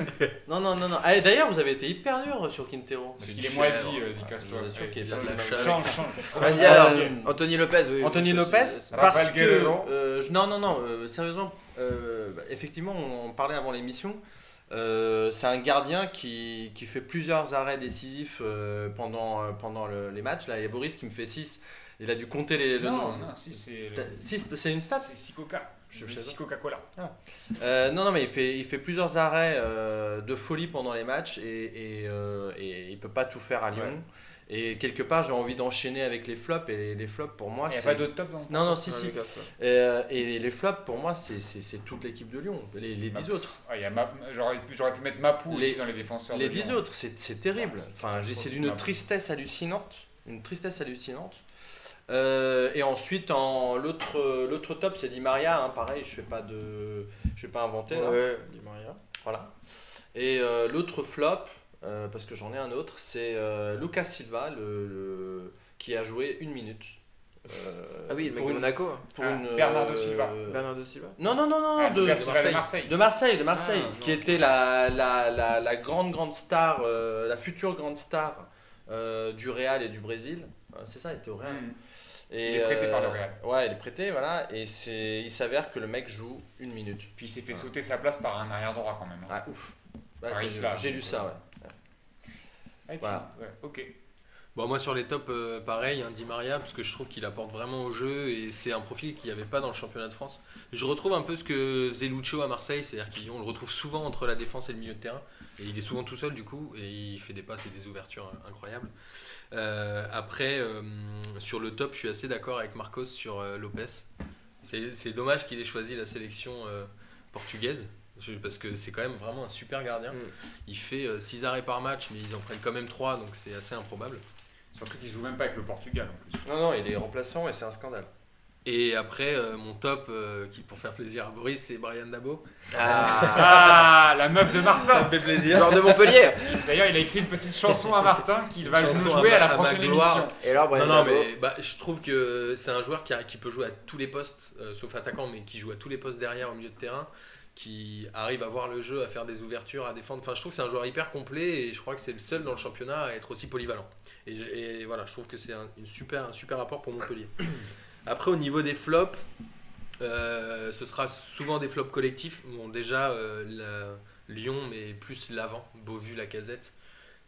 Speaker 4: Non, non, non, non. Ah, et D'ailleurs, vous avez été hyper dur sur Quintero.
Speaker 2: parce
Speaker 3: C'est
Speaker 2: qu'il est
Speaker 3: cher.
Speaker 2: moisi, euh, Di
Speaker 4: Ah, je
Speaker 2: Castro.
Speaker 4: vous assure
Speaker 2: Allez,
Speaker 4: qu'il est
Speaker 3: bien
Speaker 4: pas
Speaker 3: la
Speaker 4: mal.
Speaker 3: chaleur.
Speaker 2: Change, change.
Speaker 1: Vas-y
Speaker 4: Euh,
Speaker 1: alors. Anthony Lopez, oui.
Speaker 4: Anthony
Speaker 1: oui, ça,
Speaker 4: Lopez,
Speaker 1: c'est-
Speaker 4: parce
Speaker 2: Rafael
Speaker 4: que.
Speaker 2: Guerrero.
Speaker 4: euh, je- non, non, non, euh, sérieusement, euh, bah, effectivement, on en parlait avant l'émission. euh, c'est un gardien qui, qui fait plusieurs arrêts décisifs euh, pendant, euh, pendant le- les matchs. Là, il y a Boris qui me fait 6. Il a dû compter les, le
Speaker 2: Non,
Speaker 4: nombre.
Speaker 2: non, si c'est
Speaker 4: T'as- six, c'est une stat
Speaker 2: c'est six Coca,
Speaker 4: Je
Speaker 2: Mais
Speaker 4: sais
Speaker 2: six Coca-Cola.
Speaker 4: Euh, non, non, mais il fait, il fait plusieurs arrêts euh, de folie pendant les matchs et, et, euh, et il peut pas tout faire à Lyon.
Speaker 1: Ouais.
Speaker 4: Et quelque part, j'ai envie d'enchaîner avec les flops. Et les, les flops, pour moi,
Speaker 2: Il n'y a
Speaker 4: Ah, c'est.
Speaker 2: pas d'autres top dans le
Speaker 4: Non, non,
Speaker 1: c'est-
Speaker 4: si, si.
Speaker 1: Ouais, Ah, Lucas, ouais.
Speaker 4: Euh, et les flops, pour moi, c'est- c'est c'est toute l'équipe de Lyon, les, les
Speaker 2: Bah,
Speaker 4: 10 autres.
Speaker 2: Ah, il y a Ma- J'aurais pu, j'aurais pu mettre Mapou
Speaker 4: Les-
Speaker 2: aussi dans les défenseurs.
Speaker 4: Les
Speaker 2: de
Speaker 4: 10
Speaker 2: Lyon.
Speaker 4: autres, c'est c'est terrible.
Speaker 2: Ouais, c'est
Speaker 4: Enfin, j'ai- c'est
Speaker 2: catastrophique,
Speaker 4: d'une
Speaker 2: Mapou.
Speaker 4: tristesse hallucinante. Une tristesse hallucinante. Euh, et ensuite, en, l'autre l'autre top, c'est Di Maria. hein, pareil, je ne pas de, je vais pas inventer. là.
Speaker 1: Ouais, Di Maria.
Speaker 4: Voilà. Et euh, l'autre flop, euh, parce que j'en ai un autre, c'est euh, Lucas Silva, le, le- qui a joué une minute. Euh,
Speaker 1: Ah oui, le mec
Speaker 4: pour
Speaker 1: de
Speaker 4: une,
Speaker 1: Monaco.
Speaker 4: pour
Speaker 2: Ah,
Speaker 4: une, euh,
Speaker 2: Bernardo Silva.
Speaker 1: Bernardo Silva.
Speaker 4: Non, non, non, non,
Speaker 2: Ah,
Speaker 4: de,
Speaker 2: Lucas
Speaker 4: de
Speaker 2: Silva de
Speaker 4: Marseille.
Speaker 2: Marseille.
Speaker 4: De Marseille, de Marseille,
Speaker 1: Ah,
Speaker 4: qui
Speaker 1: non.
Speaker 4: était la, la, la, la grande, grande star, euh, la future grande star euh, du Real et du Brésil. Euh, C'est ça, il était au Real.
Speaker 2: Mm.
Speaker 4: Et,
Speaker 2: Il est prêté par le
Speaker 4: euh,
Speaker 2: Real.
Speaker 4: Ouais, il est prêté, voilà. Et c'est, il s'avère que le mec joue une minute.
Speaker 2: Puis il s'est fait sauter sa place par un arrière droit quand même. hein.
Speaker 4: Ah, ouf. Ouais,
Speaker 2: Par
Speaker 4: c'est-
Speaker 2: Isla.
Speaker 4: j'ai lu ça, ouais.
Speaker 2: Et puis,
Speaker 4: voilà.
Speaker 2: ouais, ok.
Speaker 3: Bon, moi sur les tops, euh, pareil, hein, Di Maria, parce que je trouve qu'il apporte vraiment au jeu et c'est un profil qu'il n'y avait pas dans le championnat de France. Je retrouve un peu ce que faisait Lucho à Marseille, c'est-à-dire qu'on le retrouve souvent entre la défense et le milieu de terrain. Et il est souvent tout seul du coup, et il fait des passes et des ouvertures euh, incroyables. Euh, après, euh, sur le top, je suis assez d'accord avec Marcos sur euh, Lopez. C'est c'est dommage qu'il ait choisi la sélection euh, portugaise, je- parce que c'est quand même vraiment un super gardien.
Speaker 1: Mm.
Speaker 3: Il fait 6 arrêts par match, mais ils en prennent quand même 3, donc c'est assez improbable.
Speaker 2: Surtout qu'il joue même pas avec le Portugal en plus.
Speaker 4: Non, non, il est remplaçant et c'est un scandale.
Speaker 3: Et après, euh, mon top, euh, qui pour faire plaisir à Boris, c'est Brian Dabo.
Speaker 1: Ah
Speaker 2: Ah, la meuf de
Speaker 3: Ça
Speaker 2: Martin.
Speaker 3: me fait plaisir.
Speaker 1: Genre de Montpellier
Speaker 2: D'ailleurs, il a écrit une petite chanson à Martin qu'il va nous
Speaker 3: Chanson
Speaker 2: jouer à,
Speaker 3: à ma-
Speaker 2: la
Speaker 3: à ma
Speaker 2: prochaine
Speaker 3: gloire.
Speaker 2: émission.
Speaker 1: Et alors, Brian
Speaker 3: Non, non,
Speaker 1: Dabo.
Speaker 3: mais bah, je trouve que c'est un joueur qui, a- qui peut jouer à tous les postes, euh, sauf attaquant, mais qui joue à tous les postes derrière au milieu de terrain, qui arrive à voir le jeu, à faire des ouvertures, à défendre. Enfin, je trouve que c'est un joueur hyper complet et je crois que c'est le seul dans le championnat à être aussi polyvalent. Et, j- et voilà, je trouve que c'est un, une super, un super apport pour Montpellier. Après, au niveau des flops, Euh, ce sera souvent des flops collectifs. Bon, déjà, euh, la- Lyon, mais plus l'avant, Beauvu, la casette,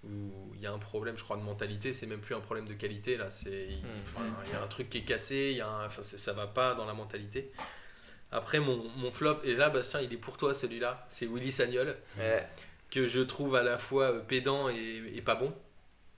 Speaker 3: où il y a un problème, je crois, de mentalité. C'est même plus un problème de qualité. Là, c'est il-
Speaker 1: Mm.
Speaker 3: enfin, il y a un truc qui est cassé. Il y a un- enfin, c'est- ça va pas dans la mentalité. Après, mon, mon flop, et là, Bastien, il est pour toi celui-là. C'est Willy Sagnol
Speaker 1: Ouais.
Speaker 3: que je trouve à la fois euh, pédant et, et pas bon.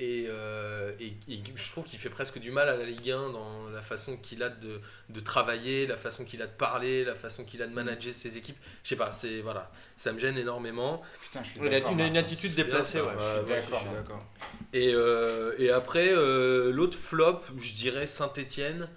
Speaker 3: Et, euh, et- et je trouve qu'il fait presque du mal à la Ligue 1 dans la façon qu'il a de, de travailler, la façon qu'il a de parler, la façon qu'il a de manager ses équipes. Je sais pas, c'est voilà, ça me gêne énormément.
Speaker 2: Putain, je suis
Speaker 4: Il a
Speaker 2: d'accord.
Speaker 4: une, une
Speaker 2: Martin.
Speaker 4: attitude déplacée,
Speaker 3: bien
Speaker 4: ouais.
Speaker 3: ça,
Speaker 1: Ouais, moi aussi,
Speaker 2: d'accord,
Speaker 1: je suis
Speaker 2: hein.
Speaker 1: d'accord.
Speaker 3: Et, euh, et après, euh, l'autre flop, je dirais Saint-Etienne,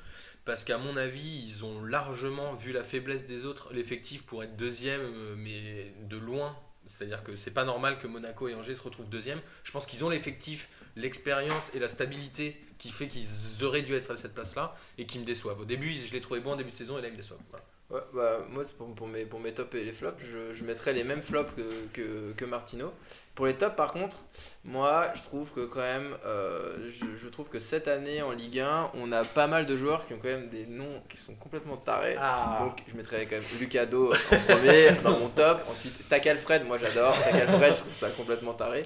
Speaker 3: parce qu'à mon avis, ils ont largement vu la faiblesse des autres, l'effectif pour être deuxième, euh, mais de loin. C'est-à-dire que c'est pas normal que Monaco et Angers se retrouvent deuxième. Je pense qu'ils ont l'effectif, l'expérience et la stabilité qui fait qu'ils auraient dû être à cette place-là et qui me déçoivent. Au début, je les trouvais bons en début de saison et là, ils me déçoivent. Voilà.
Speaker 1: Ouais, bah, moi, c'est pour, pour mes, pour mes tops et les flops, je, je mettrais les mêmes flops que, que, que Martino. Pour les tops, par contre, moi, je trouve que quand même, euh, je, je trouve que cette année en Ligue 1, on a pas mal de joueurs qui ont quand même des noms qui sont complètement tarés.
Speaker 4: Ah.
Speaker 1: Donc, je mettrais quand même Lucado en premier dans mon top. Ensuite, Tac Alfred, moi j'adore. Tac Alfred, je trouve ça complètement taré.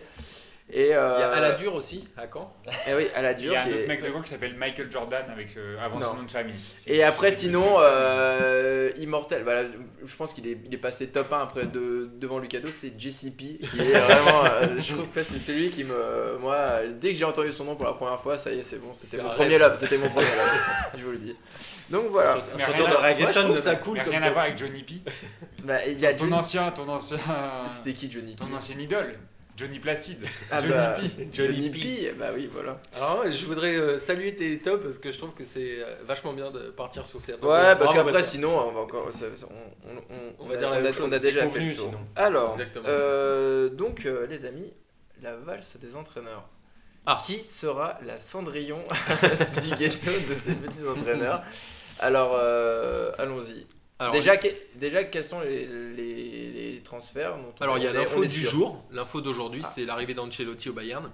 Speaker 1: Et, euh,
Speaker 3: Il y a Aladur aussi, à Caen.
Speaker 1: eh oui, Aladur.
Speaker 2: Il y a un
Speaker 1: qui
Speaker 2: autre
Speaker 1: est-
Speaker 2: mec de gauche qui s'appelle Michael Jordan avec euh, avant
Speaker 1: Non.
Speaker 2: son nom de famille.
Speaker 1: Et après,
Speaker 2: C'est- c'est-
Speaker 1: sinon,
Speaker 2: c'est- c'est-
Speaker 1: euh, Immortel, voilà, je pense qu'il est, il est passé top 1 après de, devant Lucado, c'est JCP. qui est vraiment, euh, je trouve que c'est celui qui me. Moi, dès que j'ai entendu son nom pour la première fois, ça y est, c'est bon,
Speaker 3: C'est
Speaker 1: c'était mon
Speaker 3: un
Speaker 1: premier
Speaker 3: rêve.
Speaker 1: lob, c'était mon premier lob, je vous le dis. Donc voilà.
Speaker 4: Un
Speaker 2: Mais
Speaker 4: chanteur
Speaker 2: rien
Speaker 4: de
Speaker 2: à-
Speaker 3: Moi, je
Speaker 4: reggaeton.
Speaker 3: trouve
Speaker 4: le
Speaker 3: ça
Speaker 4: mec.
Speaker 3: cool
Speaker 2: Mais
Speaker 3: comme
Speaker 2: rien à voir avec Johnny P.
Speaker 1: Bah, il y a
Speaker 2: Ton
Speaker 1: Johnny.
Speaker 2: ancien, ton ancien,
Speaker 1: C'était qui Johnny P
Speaker 2: ton ancien idole, Johnny Placide.
Speaker 1: Ah
Speaker 2: Johnny
Speaker 1: bah,
Speaker 2: P.
Speaker 1: Johnny P, bah oui, voilà.
Speaker 3: Alors, je voudrais euh, saluer tes tops parce que je trouve que c'est euh, vachement bien de partir sur ces.
Speaker 1: Ouais, parce
Speaker 3: Bravo,
Speaker 1: qu'après,
Speaker 3: Bastien.
Speaker 1: sinon, on va encore. ça- ça- on, on- on-
Speaker 3: On
Speaker 1: on
Speaker 3: va
Speaker 1: a-
Speaker 3: dire la
Speaker 1: on a-
Speaker 3: même chose,
Speaker 1: on a
Speaker 3: c'est
Speaker 1: déjà fait
Speaker 4: convenu,
Speaker 1: le tour.
Speaker 4: sinon.
Speaker 1: Alors,
Speaker 3: Exactement.
Speaker 1: euh, donc, euh, les amis, la valse des entraîneurs.
Speaker 3: Ah.
Speaker 1: Qui sera la Cendrillon du ghetto de ces petits entraîneurs Alors, euh, allons-y.
Speaker 3: Alors,
Speaker 1: Déjà, que- déjà, quels sont les, les- les transferts dont on
Speaker 3: Alors il y a
Speaker 1: on est-
Speaker 3: l'info
Speaker 1: on est
Speaker 3: du
Speaker 1: sûr.
Speaker 3: jour. L'info d'aujourd'hui,
Speaker 1: Ah.
Speaker 3: c'est l'arrivée d'Ancelotti au Bayern,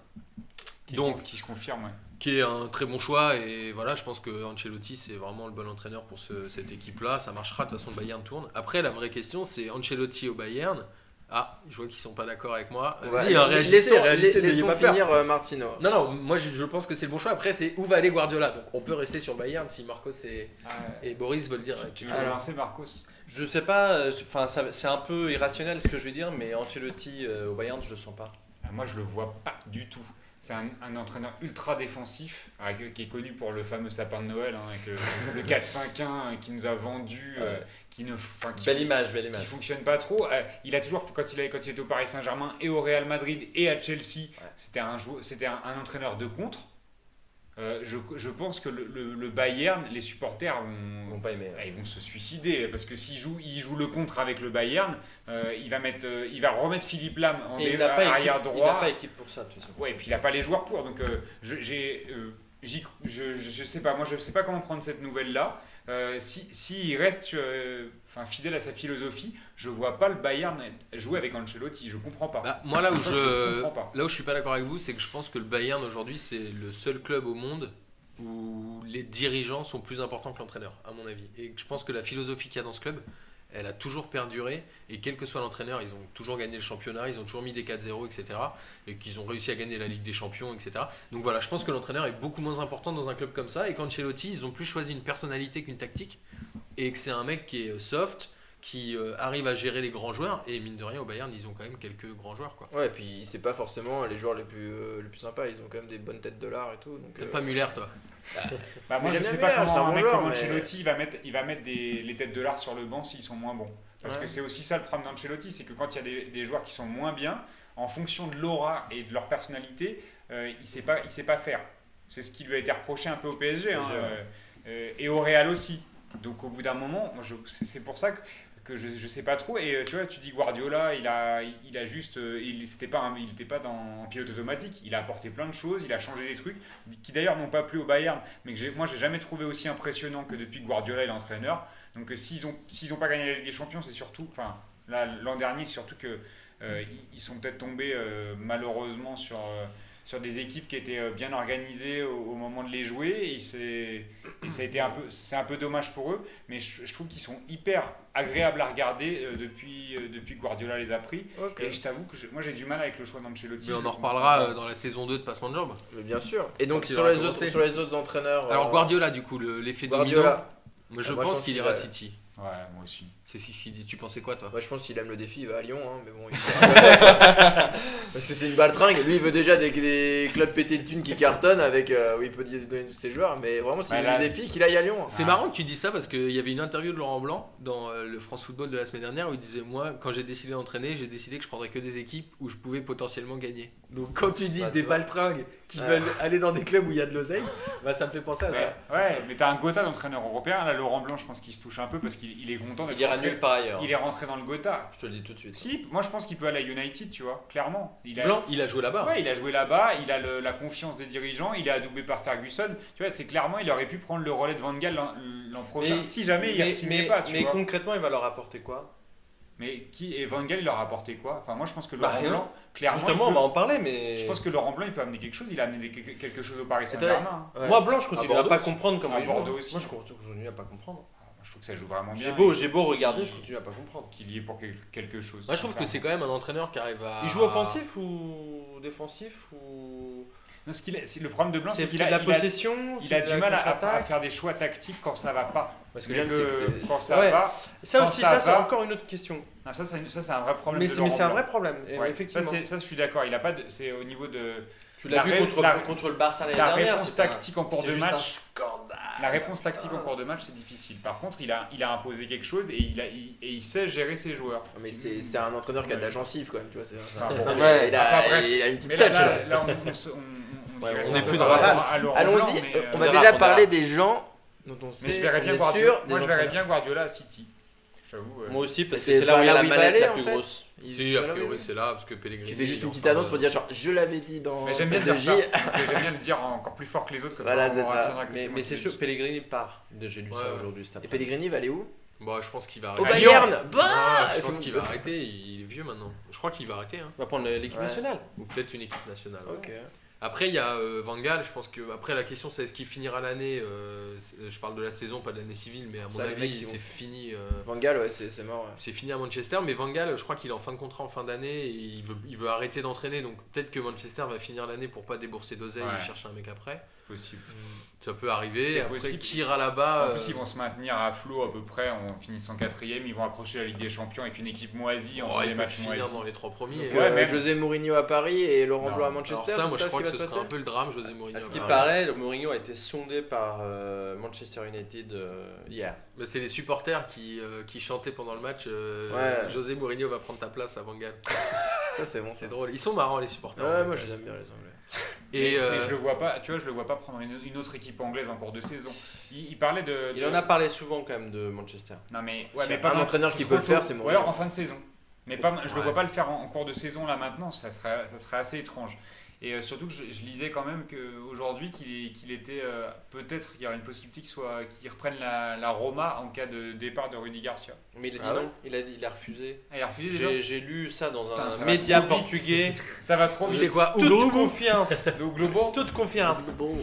Speaker 2: Qui-
Speaker 3: Donc.
Speaker 2: qui se confirme. ouais.
Speaker 3: qui est un très bon choix. Et voilà, je pense que Ancelotti, c'est vraiment le bon entraîneur pour ce- cette équipe-là. Ça marchera, de toute façon, le Bayern tourne. Après, la vraie question, c'est Ancelotti au Bayern. Ah, je vois qu'ils sont pas d'accord avec moi.
Speaker 1: On va-
Speaker 3: Vas-y, hein, réagissez,
Speaker 1: laissons-
Speaker 3: réagissez, n'ayez
Speaker 1: laissons
Speaker 3: pas peur.
Speaker 1: finir euh, Martino.
Speaker 3: Non, non, moi je, je pense que c'est le bon choix. Après, c'est où va aller Guardiola Donc on peut rester sur le Bayern si Marcos et, et Boris veulent dire.
Speaker 2: Tu veux
Speaker 1: Alors.
Speaker 2: lancer Marcos
Speaker 4: Je sais pas, euh, je- enfin ça- c'est un peu irrationnel ce que je vais dire, mais Ancelotti euh, au Bayern, je le sens pas.
Speaker 2: Ah, Moi, je le vois pas du tout. C'est un, un entraîneur ultra défensif ah, qui qui est connu pour le fameux sapin de Noël, hein, avec le, le 4-5-1 euh, qui nous a vendu, euh, qui ne, enfin, qui,
Speaker 4: Belle image, belle
Speaker 2: qui
Speaker 4: image.
Speaker 2: fonctionne pas trop. Euh, il a toujours, quand il, a- quand il était au Paris Saint-Germain et au Real Madrid et à Chelsea, c'était un, jou- c'était un, un entraîneur de contre. Euh, je, je pense que le, le- le Bayern, les supporters
Speaker 4: Ils
Speaker 2: vont,
Speaker 4: m'ont pas aimé.
Speaker 2: bah, ils vont se suicider parce que s'il joue, il joue le contre avec le Bayern, euh, il va mettre, euh, il va remettre Philippe Lam en
Speaker 4: Et
Speaker 2: dé-
Speaker 4: il n'a pas,
Speaker 2: arrière
Speaker 4: équipe- il
Speaker 2: droit.
Speaker 4: n'a pas équipe pour ça, de toute façon.
Speaker 2: Ouais, et puis il n'a pas les joueurs pour. Donc, euh, je, j'ai, euh, j'y- je, je- je sais pas. Moi, je sais pas comment prendre cette nouvelle-là. Euh, si, si il reste euh, enfin, fidèle à sa philosophie, je vois pas le Bayern jouer avec Ancelotti. Je comprends pas.
Speaker 3: Bah, moi là où
Speaker 2: Ça,
Speaker 3: je,
Speaker 2: je comprends pas.
Speaker 3: là où je suis pas d'accord avec vous, c'est que je pense que le Bayern aujourd'hui c'est le seul club au monde où les dirigeants sont plus importants que l'entraîneur, à mon avis. Et que je pense que la philosophie qu'il y a dans ce club, elle a toujours perduré. Et quel que soit l'entraîneur, ils ont toujours gagné le championnat, ils ont toujours mis des 4-0, etc. Et qu'ils ont réussi à gagner la Ligue des Champions, etc. Donc voilà, je pense que l'entraîneur est beaucoup moins important dans un club comme ça. Et qu'Ancelotti, ils ont plus choisi une personnalité qu'une tactique. Et que c'est un mec qui est euh, soft, qui euh, arrive à gérer les grands joueurs. Et mine de rien, au Bayern, ils ont quand même quelques grands joueurs, quoi.
Speaker 1: Ouais, et puis c'est pas forcément les joueurs les plus, euh, les plus sympas, ils ont quand même des bonnes têtes de l'art et tout. Donc,
Speaker 3: T'aimes
Speaker 1: euh,
Speaker 3: pas Muller, toi
Speaker 2: Bah, moi,
Speaker 1: Mais
Speaker 2: je
Speaker 1: j'aime
Speaker 2: sais
Speaker 1: bien
Speaker 2: pas
Speaker 1: Müller, c'est un
Speaker 2: comment un
Speaker 1: bon
Speaker 2: mec
Speaker 1: joueur,
Speaker 2: comme
Speaker 1: mais-
Speaker 2: Ancelotti, il va mettre, il va mettre des, les têtes de l'art sur le banc s'ils sont moins bons. Parce
Speaker 1: Ouais.
Speaker 2: que c'est aussi ça le problème d'Ancelotti, c'est que quand il y a des, des joueurs qui sont moins bien, en fonction de l'aura et de leur personnalité, euh, il sait pas, il sait pas faire. C'est ce qui lui a été reproché un peu au PSG hein,
Speaker 4: PSG, ouais.
Speaker 2: euh, euh, et au Real aussi. Donc au bout d'un moment, moi, je- c'est c'est pour ça que, que je, je sais pas trop. Et euh, tu vois, tu dis Guardiola, il a, il a juste, euh, il c'était pas, un- il était pas dans, en pilote automatique. Il a apporté plein de choses, il a changé des trucs qui d'ailleurs n'ont pas plu au Bayern, mais que j'ai- moi j'ai jamais trouvé aussi impressionnant que depuis que Guardiola est l'entraîneur. Donc euh, s'ils ont s'ils ont pas gagné la Ligue des Champions, c'est surtout, enfin là l'an dernier, c'est surtout que euh, ils- ils sont peut-être tombés euh, malheureusement sur euh, sur des équipes qui étaient euh, bien organisées au, au moment de les jouer. Et, il s'est- et ça a été un peu, c'est un peu dommage pour eux, mais je, je trouve qu'ils sont hyper agréables à regarder euh, depuis, euh, depuis que Guardiola les a pris.
Speaker 1: Ok.
Speaker 2: Et je t'avoue que je- moi j'ai du mal avec le choix d'Ancelotti.
Speaker 3: Mais on
Speaker 2: Je le
Speaker 3: en
Speaker 2: comprends
Speaker 3: reparlera
Speaker 2: pas.
Speaker 3: euh, dans la saison 2 de Passement de Jambes.
Speaker 1: Mais bien sûr. Et donc
Speaker 3: Quand il
Speaker 1: sur
Speaker 3: aura
Speaker 1: les, autres,
Speaker 3: commencé.
Speaker 1: sur les autres entraîneurs. euh,
Speaker 3: Alors Guardiola, du coup, le- l'effet dominant.
Speaker 1: Guardiola.
Speaker 3: Moi, je
Speaker 1: Ah, moi,
Speaker 3: pense qu'il ira à
Speaker 1: va-
Speaker 3: City.
Speaker 2: Ouais, moi aussi.
Speaker 3: C'est City. Tu pensais quoi, toi
Speaker 1: Moi je pense qu'il aime le défi, il va à Lyon, hein, mais bon. Il... Parce que c'est une baltringue. Lui il veut déjà des, des clubs pétés de thunes qui cartonnent avec. euh, où il peut donner tous ses joueurs, mais vraiment s'il
Speaker 2: Bah,
Speaker 1: aime
Speaker 2: là-
Speaker 1: le défi, qu'il aille à Lyon.
Speaker 3: C'est
Speaker 2: Ah.
Speaker 3: marrant que tu dis ça parce qu'il y avait une interview de Laurent Blanc dans euh, le France Football de la semaine dernière où il disait Moi, quand j'ai décidé d'entraîner, j'ai décidé que je prendrais que des équipes où je pouvais potentiellement gagner. Donc quand tu dis
Speaker 4: Bah, tu
Speaker 3: des
Speaker 4: vois.
Speaker 3: baltringues qui
Speaker 1: Ah.
Speaker 3: veulent aller dans des clubs où il y a de l'oseille, bah, ça me fait penser à
Speaker 2: Ouais,
Speaker 3: ça.
Speaker 2: ouais, mais t'as un Gotha d'entraîneur européen. Là, Laurent Blanc, je pense qu'il se touche un peu parce qu'il il est content
Speaker 4: Il
Speaker 2: d'être
Speaker 4: ira
Speaker 2: rentré.
Speaker 4: nulle part ailleurs.
Speaker 2: Il est rentré dans le Gotha.
Speaker 4: Je te le dis tout de suite.
Speaker 2: Si, moi je pense qu'il peut aller à United, tu vois, clairement. Il a,
Speaker 3: Blanc, il a joué là-bas.
Speaker 2: Ouais, il a joué là-bas, il a le- la confiance des dirigeants, il est adoubé par Ferguson. Tu vois, c'est clairement, il aurait pu prendre le relais de Van Gaal l'an- l'an prochain
Speaker 4: Mais-
Speaker 2: si jamais il ne signait
Speaker 4: mais-
Speaker 2: pas, tu
Speaker 4: mais
Speaker 2: vois.
Speaker 4: concrètement, il va leur apporter quoi
Speaker 2: Mais qui et Van Gaal, il leur a apporté quoi Enfin, moi je pense que
Speaker 4: Bah,
Speaker 2: Laurent
Speaker 4: rien.
Speaker 2: Blanc, clairement,
Speaker 4: Justement, bah,
Speaker 2: il
Speaker 4: on
Speaker 2: peut-
Speaker 4: va en parler, mais.
Speaker 2: je pense que Laurent Blanc, il peut amener quelque chose. Il a amené des- quelque chose au Paris Saint-Germain. hein.
Speaker 1: Ouais.
Speaker 4: Moi, Blanc, je continue
Speaker 3: À
Speaker 4: à,
Speaker 3: Bordeaux
Speaker 4: pas
Speaker 3: aussi.
Speaker 4: comprendre comment
Speaker 2: À
Speaker 4: il joue.
Speaker 2: Bordeaux aussi.
Speaker 4: Moi, je continue à pas comprendre.
Speaker 2: Moi, Je trouve que ça joue vraiment bien.
Speaker 4: J'ai beau, j'ai beau regarder, je continue à pas comprendre.
Speaker 2: qu'il y ait pour quel- quelque chose.
Speaker 3: Moi, je trouve
Speaker 2: Ça.
Speaker 3: que c'est quand même un entraîneur qui arrive à.
Speaker 4: Il
Speaker 2: Ah.
Speaker 4: joue offensif ou défensif ou
Speaker 2: Non, ce qu'il a- c'est- le problème de Blanc,
Speaker 4: c'est
Speaker 2: c'est
Speaker 4: c'est
Speaker 2: qu'il
Speaker 4: de
Speaker 2: a,
Speaker 4: la
Speaker 2: il a-
Speaker 4: possession
Speaker 2: il
Speaker 4: c'est
Speaker 2: a
Speaker 4: de
Speaker 2: du
Speaker 4: la
Speaker 2: mal à, à
Speaker 4: contre-attaque
Speaker 2: faire des choix tactiques quand ça va pas.
Speaker 1: Parce que
Speaker 2: Mais
Speaker 1: j'aime,
Speaker 2: que,
Speaker 1: c'est que c'est-
Speaker 2: quand ça
Speaker 4: Ouais.
Speaker 2: va,
Speaker 4: Ça
Speaker 2: quand
Speaker 4: aussi,
Speaker 2: ça
Speaker 4: ça, c'est
Speaker 2: va-
Speaker 4: encore une autre question.
Speaker 2: non, ça, ça- ça, c'est un vrai problème.
Speaker 4: Mais
Speaker 2: de
Speaker 4: c'est mais c'est un
Speaker 2: Laurent
Speaker 4: vrai problème. et
Speaker 2: Blanc. Ouais.
Speaker 4: Effectivement.
Speaker 2: Ça, c'est- ça, je suis d'accord. Il a pas. de- C'est au niveau de
Speaker 4: tu
Speaker 2: la
Speaker 4: l'as vu
Speaker 2: ré-
Speaker 4: contre,
Speaker 2: la-
Speaker 4: contre le Barça l'année
Speaker 2: la
Speaker 4: dernière.
Speaker 2: réponse
Speaker 4: c'était un-
Speaker 2: tactique en cours
Speaker 4: c'était
Speaker 2: de
Speaker 4: juste un
Speaker 2: match.
Speaker 4: scandale.
Speaker 2: La réponse tactique en cours de match, c'est difficile. Par contre, il a, il a imposé quelque chose et il, a, il- et il sait gérer ses joueurs.
Speaker 1: Non, Ah, Mais c'est c'est un entraîneur qui a de la gencive quand même, tu vois. c'est-
Speaker 2: Enfin, bon.
Speaker 1: Non, mais
Speaker 4: Ouais.
Speaker 1: il, a,
Speaker 2: Enfin, bref.
Speaker 1: il a une petite
Speaker 2: Mais
Speaker 1: touch
Speaker 2: là,
Speaker 1: là.
Speaker 2: là, là, on, on se- on- on- on
Speaker 3: Ouais,
Speaker 2: digresse
Speaker 3: on
Speaker 2: un
Speaker 3: est
Speaker 2: peu
Speaker 3: plus
Speaker 2: par
Speaker 3: dans la
Speaker 2: rapport
Speaker 3: valse.
Speaker 2: à Laurent Blanc,
Speaker 1: Allons-y,
Speaker 2: mais,
Speaker 1: euh, on va
Speaker 2: euh,
Speaker 4: verra,
Speaker 1: déjà
Speaker 4: on
Speaker 1: parler des gens dont on sait.
Speaker 2: Mais je verrais bien
Speaker 1: on est
Speaker 2: Guardiola.
Speaker 1: sûr, des
Speaker 2: Moi, je verrais
Speaker 1: entraîneurs.
Speaker 2: bien Guardiola à City. J'avoue. euh,
Speaker 4: Moi aussi, parce
Speaker 1: C'est
Speaker 4: que c'est là où il y a
Speaker 1: pas
Speaker 4: la
Speaker 1: là où il
Speaker 4: manette
Speaker 1: fallait,
Speaker 4: la
Speaker 1: en
Speaker 4: plus
Speaker 1: fait.
Speaker 4: grosse.
Speaker 1: Ils-
Speaker 3: Si, a
Speaker 1: voilà, oui,
Speaker 3: priori,
Speaker 1: oui.
Speaker 3: c'est là parce que Pellegrini.
Speaker 1: Tu fais juste
Speaker 3: il est
Speaker 1: une
Speaker 3: en
Speaker 1: petite
Speaker 3: train de-
Speaker 1: annonce pour dire genre je l'avais dit dans
Speaker 2: Mais j'aime bien dire ça.
Speaker 1: B2J.
Speaker 2: Mais J'aime bien le dire encore plus fort que les autres, comme
Speaker 1: Voilà,
Speaker 2: ça
Speaker 1: c'est
Speaker 2: on
Speaker 1: ça.
Speaker 2: retiendra que
Speaker 4: Mais,
Speaker 2: moi
Speaker 4: mais
Speaker 2: qui
Speaker 4: c'est
Speaker 2: le
Speaker 4: sûr,
Speaker 2: dis.
Speaker 4: Pellegrini part. J'ai lu
Speaker 3: Ouais,
Speaker 4: ça
Speaker 3: ouais.
Speaker 4: aujourd'hui cet
Speaker 1: Et
Speaker 4: après-midi.
Speaker 1: Pellegrini va aller où
Speaker 3: Bon, Bah, je pense qu'il va
Speaker 1: Au
Speaker 3: arrêter.
Speaker 1: Bayern Bah
Speaker 3: Ah, je
Speaker 1: Tout le
Speaker 3: pense
Speaker 1: monde
Speaker 3: qu'il
Speaker 1: peut-
Speaker 3: va arrêter. Il est vieux maintenant. Je crois qu'il va arrêter. hein.
Speaker 4: On va prendre euh, l'équipe
Speaker 1: Ouais.
Speaker 4: nationale.
Speaker 3: Ou peut-être une équipe nationale. ouais.
Speaker 1: Ok.
Speaker 3: Après, il y a euh, Van Gaal. Je pense que après la question, c'est est-ce qu'il finira l'année euh, c'est- Je parle de la saison, pas de l'année civile, mais à mon
Speaker 1: Ça, les mecs,
Speaker 3: avis,
Speaker 1: ils
Speaker 3: c'est
Speaker 1: vont-
Speaker 3: fini. euh,
Speaker 1: Van Gaal, ouais, c'est c'est mort. ouais.
Speaker 3: c'est fini à Manchester. Mais Van Gaal, je crois qu'il est en fin de contrat en fin d'année et il veut, il veut arrêter d'entraîner. Donc peut-être que Manchester va finir l'année pour pas débourser d'oseille
Speaker 2: Ouais.
Speaker 3: et chercher un mec après.
Speaker 2: C'est possible.
Speaker 3: Ça peut arriver.
Speaker 2: C'est
Speaker 3: Après,
Speaker 2: possible.
Speaker 3: qui ira là-bas
Speaker 2: En plus,
Speaker 3: euh,
Speaker 2: ils vont se maintenir à flot à peu près en finissant quatrième. Ils vont accrocher la Ligue des Champions avec une équipe moisie en
Speaker 3: oh,
Speaker 2: faisant des
Speaker 3: ils peuvent
Speaker 2: matchs
Speaker 3: finir
Speaker 2: moisis.
Speaker 3: dans les trois premiers.
Speaker 1: Donc,
Speaker 2: Ouais,
Speaker 1: euh,
Speaker 2: même-
Speaker 1: José Mourinho à Paris et Laurent
Speaker 2: Non.
Speaker 1: Blanc à
Speaker 3: Alors
Speaker 1: Manchester,
Speaker 3: ça,
Speaker 1: c'est
Speaker 3: moi, je
Speaker 1: ça ce
Speaker 3: crois
Speaker 1: qui
Speaker 3: que
Speaker 1: va
Speaker 3: ce
Speaker 1: se
Speaker 3: serait un
Speaker 1: passer
Speaker 3: peu le drame, José Mourinho.
Speaker 4: À ce qui
Speaker 3: Ouais.
Speaker 4: paraît, le Mourinho a été sondé par euh, Manchester United euh, hier.
Speaker 3: Mais c'est les supporters qui, euh, qui chantaient pendant le match euh,
Speaker 1: Ouais.
Speaker 3: José Mourinho va prendre ta place à Van Gaal.
Speaker 1: Ça, c'est bon. ça.
Speaker 3: C'est drôle. Ils sont marrants, les supporters.
Speaker 1: Ouais, moi, je les aime bien, les Anglais.
Speaker 3: et,
Speaker 2: mais,
Speaker 3: euh,
Speaker 2: mais je le vois pas. Tu vois, je le vois pas prendre une, une autre équipe anglaise en cours de saison. Il, il parlait de.
Speaker 4: Il
Speaker 2: de-
Speaker 4: en a parlé souvent quand même de Manchester.
Speaker 2: Non mais, ouais,
Speaker 1: S'il y
Speaker 2: mais
Speaker 1: a
Speaker 2: pas
Speaker 1: un
Speaker 2: dans-
Speaker 1: entraîneur qui peut
Speaker 2: trop
Speaker 1: le faire,
Speaker 2: tôt.
Speaker 1: c'est
Speaker 2: Ou
Speaker 1: Mourinho.
Speaker 2: alors en fin de saison. Mais pas, je le
Speaker 3: Ouais.
Speaker 2: vois pas le faire en, en cours de saison là maintenant, ça serait, ça serait assez étrange. Et euh, surtout que je, je lisais quand même qu'aujourd'hui qu'il est- qu'il était euh, peut-être il y aurait une possibilité qu'il soit qu'il reprenne la, la Roma en cas de départ de Rudy Garcia.
Speaker 4: Mais il a dit
Speaker 1: Ah ouais
Speaker 4: non, il a, il a refusé.
Speaker 2: Ah, il a refusé déjà.
Speaker 4: J'ai j'ai lu ça dans
Speaker 2: Putain,
Speaker 4: un
Speaker 2: ça va
Speaker 4: média
Speaker 2: trop vite.
Speaker 4: portugais.
Speaker 2: Ça va trop
Speaker 3: c'est
Speaker 2: vite.
Speaker 3: quoi
Speaker 4: Toute confiance.
Speaker 2: Le Globo
Speaker 4: Toute confiance.
Speaker 1: Bon.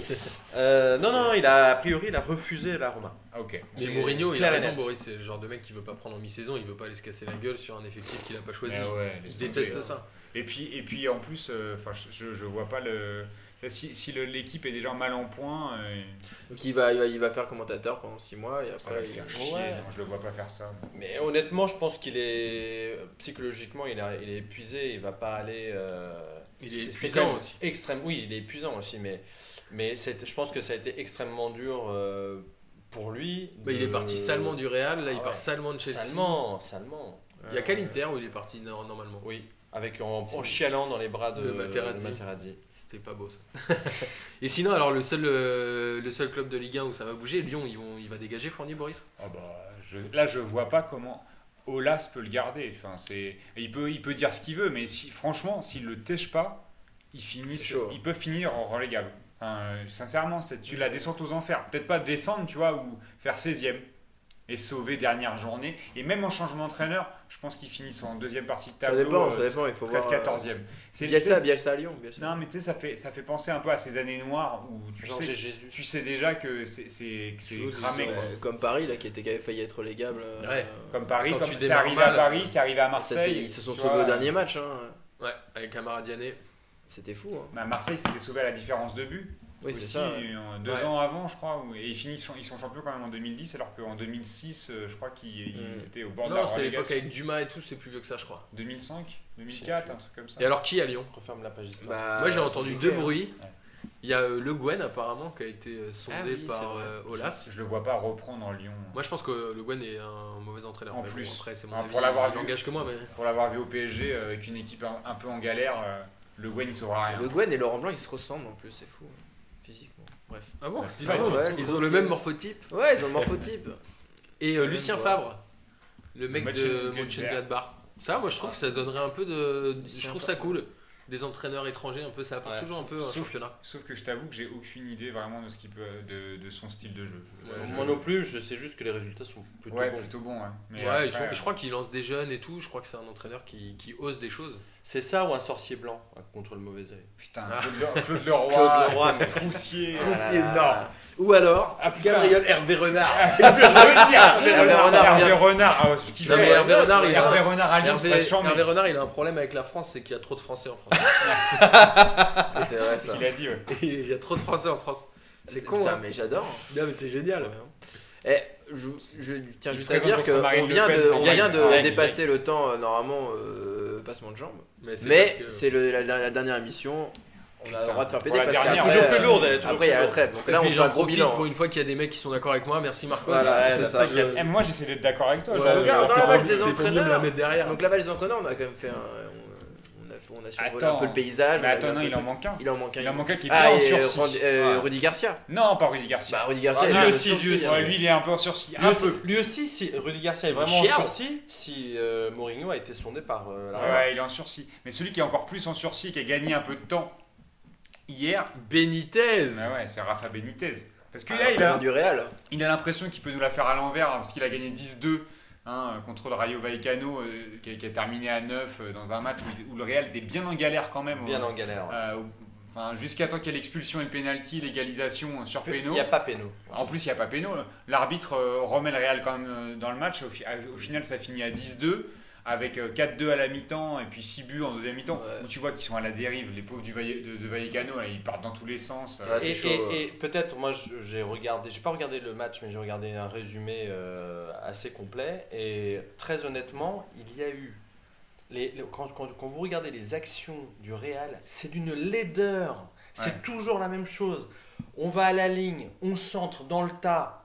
Speaker 4: Euh, non, non, non, il a, a priori, il a refusé la Roma.
Speaker 2: Ah, Ok.
Speaker 3: Mais
Speaker 4: C'est
Speaker 3: Mourinho, il a
Speaker 4: clair et
Speaker 3: raison,
Speaker 4: net.
Speaker 3: Boris. C'est le genre de mec qui veut pas prendre en mi-saison. Il veut pas aller se casser la gueule sur un effectif qu'il a pas choisi.
Speaker 2: Mais Ah ouais, laisse
Speaker 3: Il
Speaker 2: tomber. hein.
Speaker 3: déteste ça.
Speaker 2: Et puis, et puis en plus, euh, 'fin, je, je vois pas le. Si, si le- l'équipe est déjà mal en point, euh,
Speaker 1: Donc, il va, il, va, il va faire commentateur pendant 6 mois et
Speaker 2: ça va
Speaker 1: après.
Speaker 2: le
Speaker 1: il-
Speaker 2: faire chier.
Speaker 4: Ouais.
Speaker 2: Non, je le vois pas faire ça.
Speaker 4: Mais honnêtement, je pense qu'il est psychologiquement, il, a- il est épuisé. Il va pas aller. euh,
Speaker 3: Il
Speaker 4: c'est-
Speaker 3: est
Speaker 4: c'est quand
Speaker 3: épuisant
Speaker 4: même
Speaker 3: aussi.
Speaker 4: Extrême. Oui, il est épuisant aussi, mais mais c'est- je pense que ça a été extrêmement dur euh, pour lui.
Speaker 3: Mais Bah, il est
Speaker 4: Euh,
Speaker 3: parti salement du Real. Là, il
Speaker 4: Ah
Speaker 3: part
Speaker 4: ouais.
Speaker 3: salement de Chelsea.
Speaker 4: Salement, salement.
Speaker 3: Il y a
Speaker 1: Ouais.
Speaker 3: Caliter où il est parti no- normalement.
Speaker 4: Oui, avec en, en chialant dans les bras de,
Speaker 3: De Materazzi.
Speaker 4: de Materazzi.
Speaker 3: C'était pas beau ça. et sinon, alors le seul, euh, le seul club de Ligue 1 où ça va bouger, Lyon, ils vont, il va dégager Fournier, Boris.
Speaker 2: Ah bah, je- là, je vois pas comment Olas peut le garder. Enfin, c'est, il peut, il peut dire ce qu'il veut, mais si, franchement, s'il le tèche pas, il finit,
Speaker 1: C'est chaud.
Speaker 2: il peut finir en relégable. Enfin, euh, sincèrement, c'est, tu la descends aux enfers. Peut-être pas descendre, tu vois, ou faire 16ème. et sauver dernière journée. Et même en changement d'entraîneur, je pense qu'ils finissent en deuxième partie de
Speaker 1: Ça
Speaker 2: tableau.
Speaker 1: dépend, ça
Speaker 2: euh,
Speaker 1: dépend, il faut voir.
Speaker 2: 13
Speaker 1: 14
Speaker 2: 14 e C'est
Speaker 1: Bielsa,
Speaker 2: c'est-
Speaker 1: Bielsa à Lyon. Bielsa.
Speaker 2: Non, mais tu sais, ça fait, ça fait penser un peu à ces années noires où tu,
Speaker 4: Genre,
Speaker 2: sais,
Speaker 4: j'ai Jésus.
Speaker 2: tu sais déjà que c'est- c'est que c'est
Speaker 3: Claude,
Speaker 2: cramé.
Speaker 1: Euh,
Speaker 2: quoi.
Speaker 1: comme Paris, là, qui était qui avait failli être légable. euh,
Speaker 3: Ouais.
Speaker 2: Comme Paris,
Speaker 3: Quand
Speaker 2: comme
Speaker 3: tu
Speaker 2: c'est
Speaker 3: démarres
Speaker 2: arrivé
Speaker 3: mal,
Speaker 2: à Paris,
Speaker 3: euh,
Speaker 2: c'est arrivé à
Speaker 1: ça, c'est-
Speaker 2: Marseille.
Speaker 1: ils se sont
Speaker 2: tu
Speaker 1: sauvés
Speaker 2: vois.
Speaker 1: au dernier match. hein.
Speaker 3: Ouais, avec Amara Diané.
Speaker 1: C'était fou. hein.
Speaker 2: Mais à Marseille, c'était sauvé à la différence de but.
Speaker 1: Oui, c'est
Speaker 2: aussi,
Speaker 1: ça.
Speaker 2: euh, deux
Speaker 3: Ouais.
Speaker 2: ans avant, je crois. où- Et ils, finissent, ils sont champions quand même en 2010, alors qu'en 2006, euh, je crois qu'ils
Speaker 1: Mm.
Speaker 2: ils étaient au bord de la
Speaker 3: Non, c'était l'époque
Speaker 2: relégation.
Speaker 3: avec Dumas et tout, c'est plus vieux que ça, je crois.
Speaker 2: 2005, 2004, un truc comme ça.
Speaker 3: Et alors, qui à Lyon
Speaker 4: Referme la page Islam.
Speaker 1: Bah,
Speaker 3: Moi, j'ai entendu deux
Speaker 1: ouais.
Speaker 3: bruits. Il y a euh, Le Guen, apparemment, qui a été euh, sondé
Speaker 1: Ah oui, c'est
Speaker 3: par
Speaker 1: vrai.
Speaker 3: euh, Olas.
Speaker 2: Je le vois pas reprendre en Lyon.
Speaker 3: Moi, je pense que Le Guen est un mauvais entraîneur.
Speaker 2: En
Speaker 3: mais bon,
Speaker 2: plus.
Speaker 3: après, c'est mon
Speaker 2: Ah,
Speaker 3: avis.
Speaker 2: pour l'avoir
Speaker 3: Il
Speaker 2: vu.
Speaker 3: engage que moi, mais.
Speaker 2: Pour l'avoir vu au PSG euh, avec une équipe un, un peu en galère, euh, Le Guen, il saura rien.
Speaker 1: Le Gwen et Laurent Blanc, ils se ressemblent en plus, c'est fou. hein, Physiquement. Bref.
Speaker 3: Ah bon
Speaker 2: Ouais,
Speaker 3: Ils
Speaker 1: ouais,
Speaker 3: ont,
Speaker 1: ouais,
Speaker 3: ils
Speaker 1: je
Speaker 3: ont
Speaker 1: trouve
Speaker 3: le
Speaker 1: que-
Speaker 3: même morphotype.
Speaker 1: Ouais, ils ont le morphotype.
Speaker 3: Et euh,
Speaker 1: Ouais,
Speaker 3: Lucien
Speaker 1: ouais.
Speaker 3: Fabre, le mec de
Speaker 2: Mönchengladbach.
Speaker 3: Mönchengladbach. Ça, moi, je trouve que ça donnerait un peu de. Je
Speaker 1: Lucien
Speaker 3: trouve ça
Speaker 1: Fabre.
Speaker 3: cool. Des entraîneurs étrangers, un peu, ça apporte
Speaker 4: Ouais,
Speaker 3: toujours un peu un
Speaker 2: sauf-
Speaker 3: championnat.
Speaker 2: Sauf que je t'avoue que j'ai aucune idée vraiment de, ce qu'il peut, de, de son style de jeu. Je-
Speaker 3: Ouais,
Speaker 2: je-
Speaker 4: Moi non plus, je sais juste que les résultats sont plutôt
Speaker 2: ouais,
Speaker 4: bons.
Speaker 2: plutôt bon. ouais. Mais
Speaker 3: Ouais,
Speaker 2: après,
Speaker 3: ils sont-
Speaker 2: euh,
Speaker 3: je crois qu'il lance des jeunes et tout. Je crois que c'est un entraîneur qui, qui ose des choses.
Speaker 4: C'est ça ou un sorcier blanc euh, contre le mauvais œil
Speaker 2: Putain,
Speaker 3: Ah.
Speaker 2: Claude, Le- Claude Leroy,
Speaker 4: Claude Leroy, mais-
Speaker 2: Troussier.
Speaker 1: Ah là
Speaker 3: c'est
Speaker 1: là.
Speaker 3: énorme. Ou alors,
Speaker 2: Ah, putain.
Speaker 3: Gabriel Hervé Renard.
Speaker 2: Ah, ça veut dire Hervé
Speaker 1: Hervé
Speaker 2: Renard.
Speaker 1: Renard,
Speaker 2: Hervé
Speaker 1: bien.
Speaker 2: Renard. Ah, je kiffe.
Speaker 3: Non, mais Hervé Renard, il a-
Speaker 2: Hervé Renard à Lyon,
Speaker 3: Hervé,
Speaker 2: c'est chiant,
Speaker 3: Hervé
Speaker 2: mais
Speaker 3: Renard, il a un problème avec la France, c'est qu'il y a trop de Français en France.
Speaker 1: Ouais, C'est vrai
Speaker 2: ce
Speaker 1: ça.
Speaker 2: qu'il a dit. ouais.
Speaker 3: il y a trop de Français en France. C'est con.
Speaker 1: Putain,
Speaker 3: hein.
Speaker 1: mais j'adore.
Speaker 3: Non, mais c'est génial.
Speaker 1: Eh, je, je tiens
Speaker 2: Il se
Speaker 1: juste à
Speaker 2: présente
Speaker 1: dire
Speaker 2: contre Marine
Speaker 1: qu'on
Speaker 2: Le
Speaker 1: vient
Speaker 2: Pen.
Speaker 1: de, on
Speaker 4: Gagne,
Speaker 1: vient de
Speaker 4: gagne,
Speaker 1: dépasser le temps euh, normalement euh, passement de jambes.
Speaker 3: Mais c'est
Speaker 1: Mais
Speaker 3: parce que-
Speaker 1: c'est le- la, la- la dernière émission. On a
Speaker 2: Putain,
Speaker 1: le droit de faire
Speaker 2: pour
Speaker 1: péter
Speaker 2: la
Speaker 1: parce
Speaker 2: dernière,
Speaker 1: qu'après
Speaker 2: ouais.
Speaker 4: Toujours plus
Speaker 1: euh,
Speaker 4: lourde, elle est toujours
Speaker 1: après il y a
Speaker 4: plus
Speaker 1: la
Speaker 4: lourde.
Speaker 1: trêve. Donc
Speaker 3: Et
Speaker 1: là on
Speaker 3: puis
Speaker 1: fait
Speaker 3: j'en
Speaker 1: un gros
Speaker 3: profite
Speaker 1: bilan.
Speaker 3: pour une fois qu'il y a des mecs qui sont d'accord avec moi. Merci Marcos.
Speaker 1: Voilà,
Speaker 4: Ouais,
Speaker 1: c'est
Speaker 4: la
Speaker 1: ça.
Speaker 4: plaque, elle-
Speaker 2: Eh, Moi, j'essaie d'être d'accord avec toi.
Speaker 3: Ouais,
Speaker 2: je-
Speaker 3: regarde,
Speaker 2: c'est
Speaker 3: dans la
Speaker 2: pas
Speaker 1: balle, c'est-
Speaker 2: bon.
Speaker 1: des
Speaker 3: pénible de la
Speaker 1: entraîneurs.
Speaker 3: mettre derrière.
Speaker 1: Donc là bas les entraîneurs on a quand même fait un, on, on a, on a survolé un
Speaker 2: Attends.
Speaker 1: peu le paysage.
Speaker 2: Mais
Speaker 1: on a vu
Speaker 2: attends,
Speaker 1: un
Speaker 2: non,
Speaker 1: peu le
Speaker 2: il en
Speaker 1: truc.
Speaker 2: manque un.
Speaker 1: Il en manque un.
Speaker 2: Il en manque un qui est
Speaker 1: Ah
Speaker 2: pas en
Speaker 1: et euh,
Speaker 2: sursis.
Speaker 1: Randy- euh,
Speaker 2: Ouais.
Speaker 1: Rudy Garcia.
Speaker 2: Non, pas Rudy Garcia.
Speaker 1: Bah Rudy Garcia.
Speaker 4: Ah,
Speaker 1: il
Speaker 4: lui
Speaker 1: est
Speaker 4: aussi,
Speaker 1: sursis,
Speaker 4: lui aussi.
Speaker 1: hein.
Speaker 2: Ouais, lui, il est un peu en sursis. Ah,
Speaker 4: Lui
Speaker 2: Un
Speaker 4: aussi,
Speaker 2: peu.
Speaker 4: lui aussi, si Rudy Garcia est vraiment en
Speaker 1: Chiard.
Speaker 4: sursis, si euh, Mourinho a été sondé par euh, la
Speaker 2: Ouais, ouais, il est en sursis. Mais celui qui est encore plus en sursis, qui a gagné un peu de temps hier,
Speaker 3: Benitez.
Speaker 2: bah ouais, c'est Rafa Benitez. Parce que
Speaker 1: Ah,
Speaker 2: là, il
Speaker 1: entraîneur
Speaker 2: a,
Speaker 1: du Real.
Speaker 2: il a l'impression qu'il peut nous la faire à l'envers, hein, parce qu'il a gagné 10-2 hein, contre le Rayo Vallecano, euh, qui, a, qui a terminé à 9 euh, dans un match où, ils- où le Real était bien en galère quand même.
Speaker 4: bien
Speaker 2: euh,
Speaker 4: en galère. ouais.
Speaker 2: euh, au- enfin, Jusqu'à temps qu'il y ait l'expulsion et le pénalty, l'égalisation euh, sur
Speaker 4: Il
Speaker 2: péno.
Speaker 4: n'y a pas Péno.
Speaker 2: En plus, il n'y a pas péno. L'arbitre euh, remet le Real quand même euh, dans le match. Au, fi- au final, ça finit à 10-2, avec euh, 4-2 à la mi-temps et puis 6 buts en deuxième mi-temps.
Speaker 1: Ouais.
Speaker 2: Où tu vois qu'ils sont à la dérive, les pauvres du Valle- de, de Vallecano, là, ils partent dans tous les sens. euh,
Speaker 1: Ouais. Ah, c'est
Speaker 4: et
Speaker 1: chaud,
Speaker 4: et-
Speaker 1: ouais.
Speaker 4: et peut-être, moi je- j'ai regardé, j'ai pas regardé le match, mais j'ai regardé un résumé euh, assez complet. Et très honnêtement, il y a eu. Les, les- quand, quand- quand vous regardez les actions du Real, c'est d'une laideur. C'est
Speaker 2: Ouais.
Speaker 4: toujours la même chose. On va à la ligne, on centre dans le tas.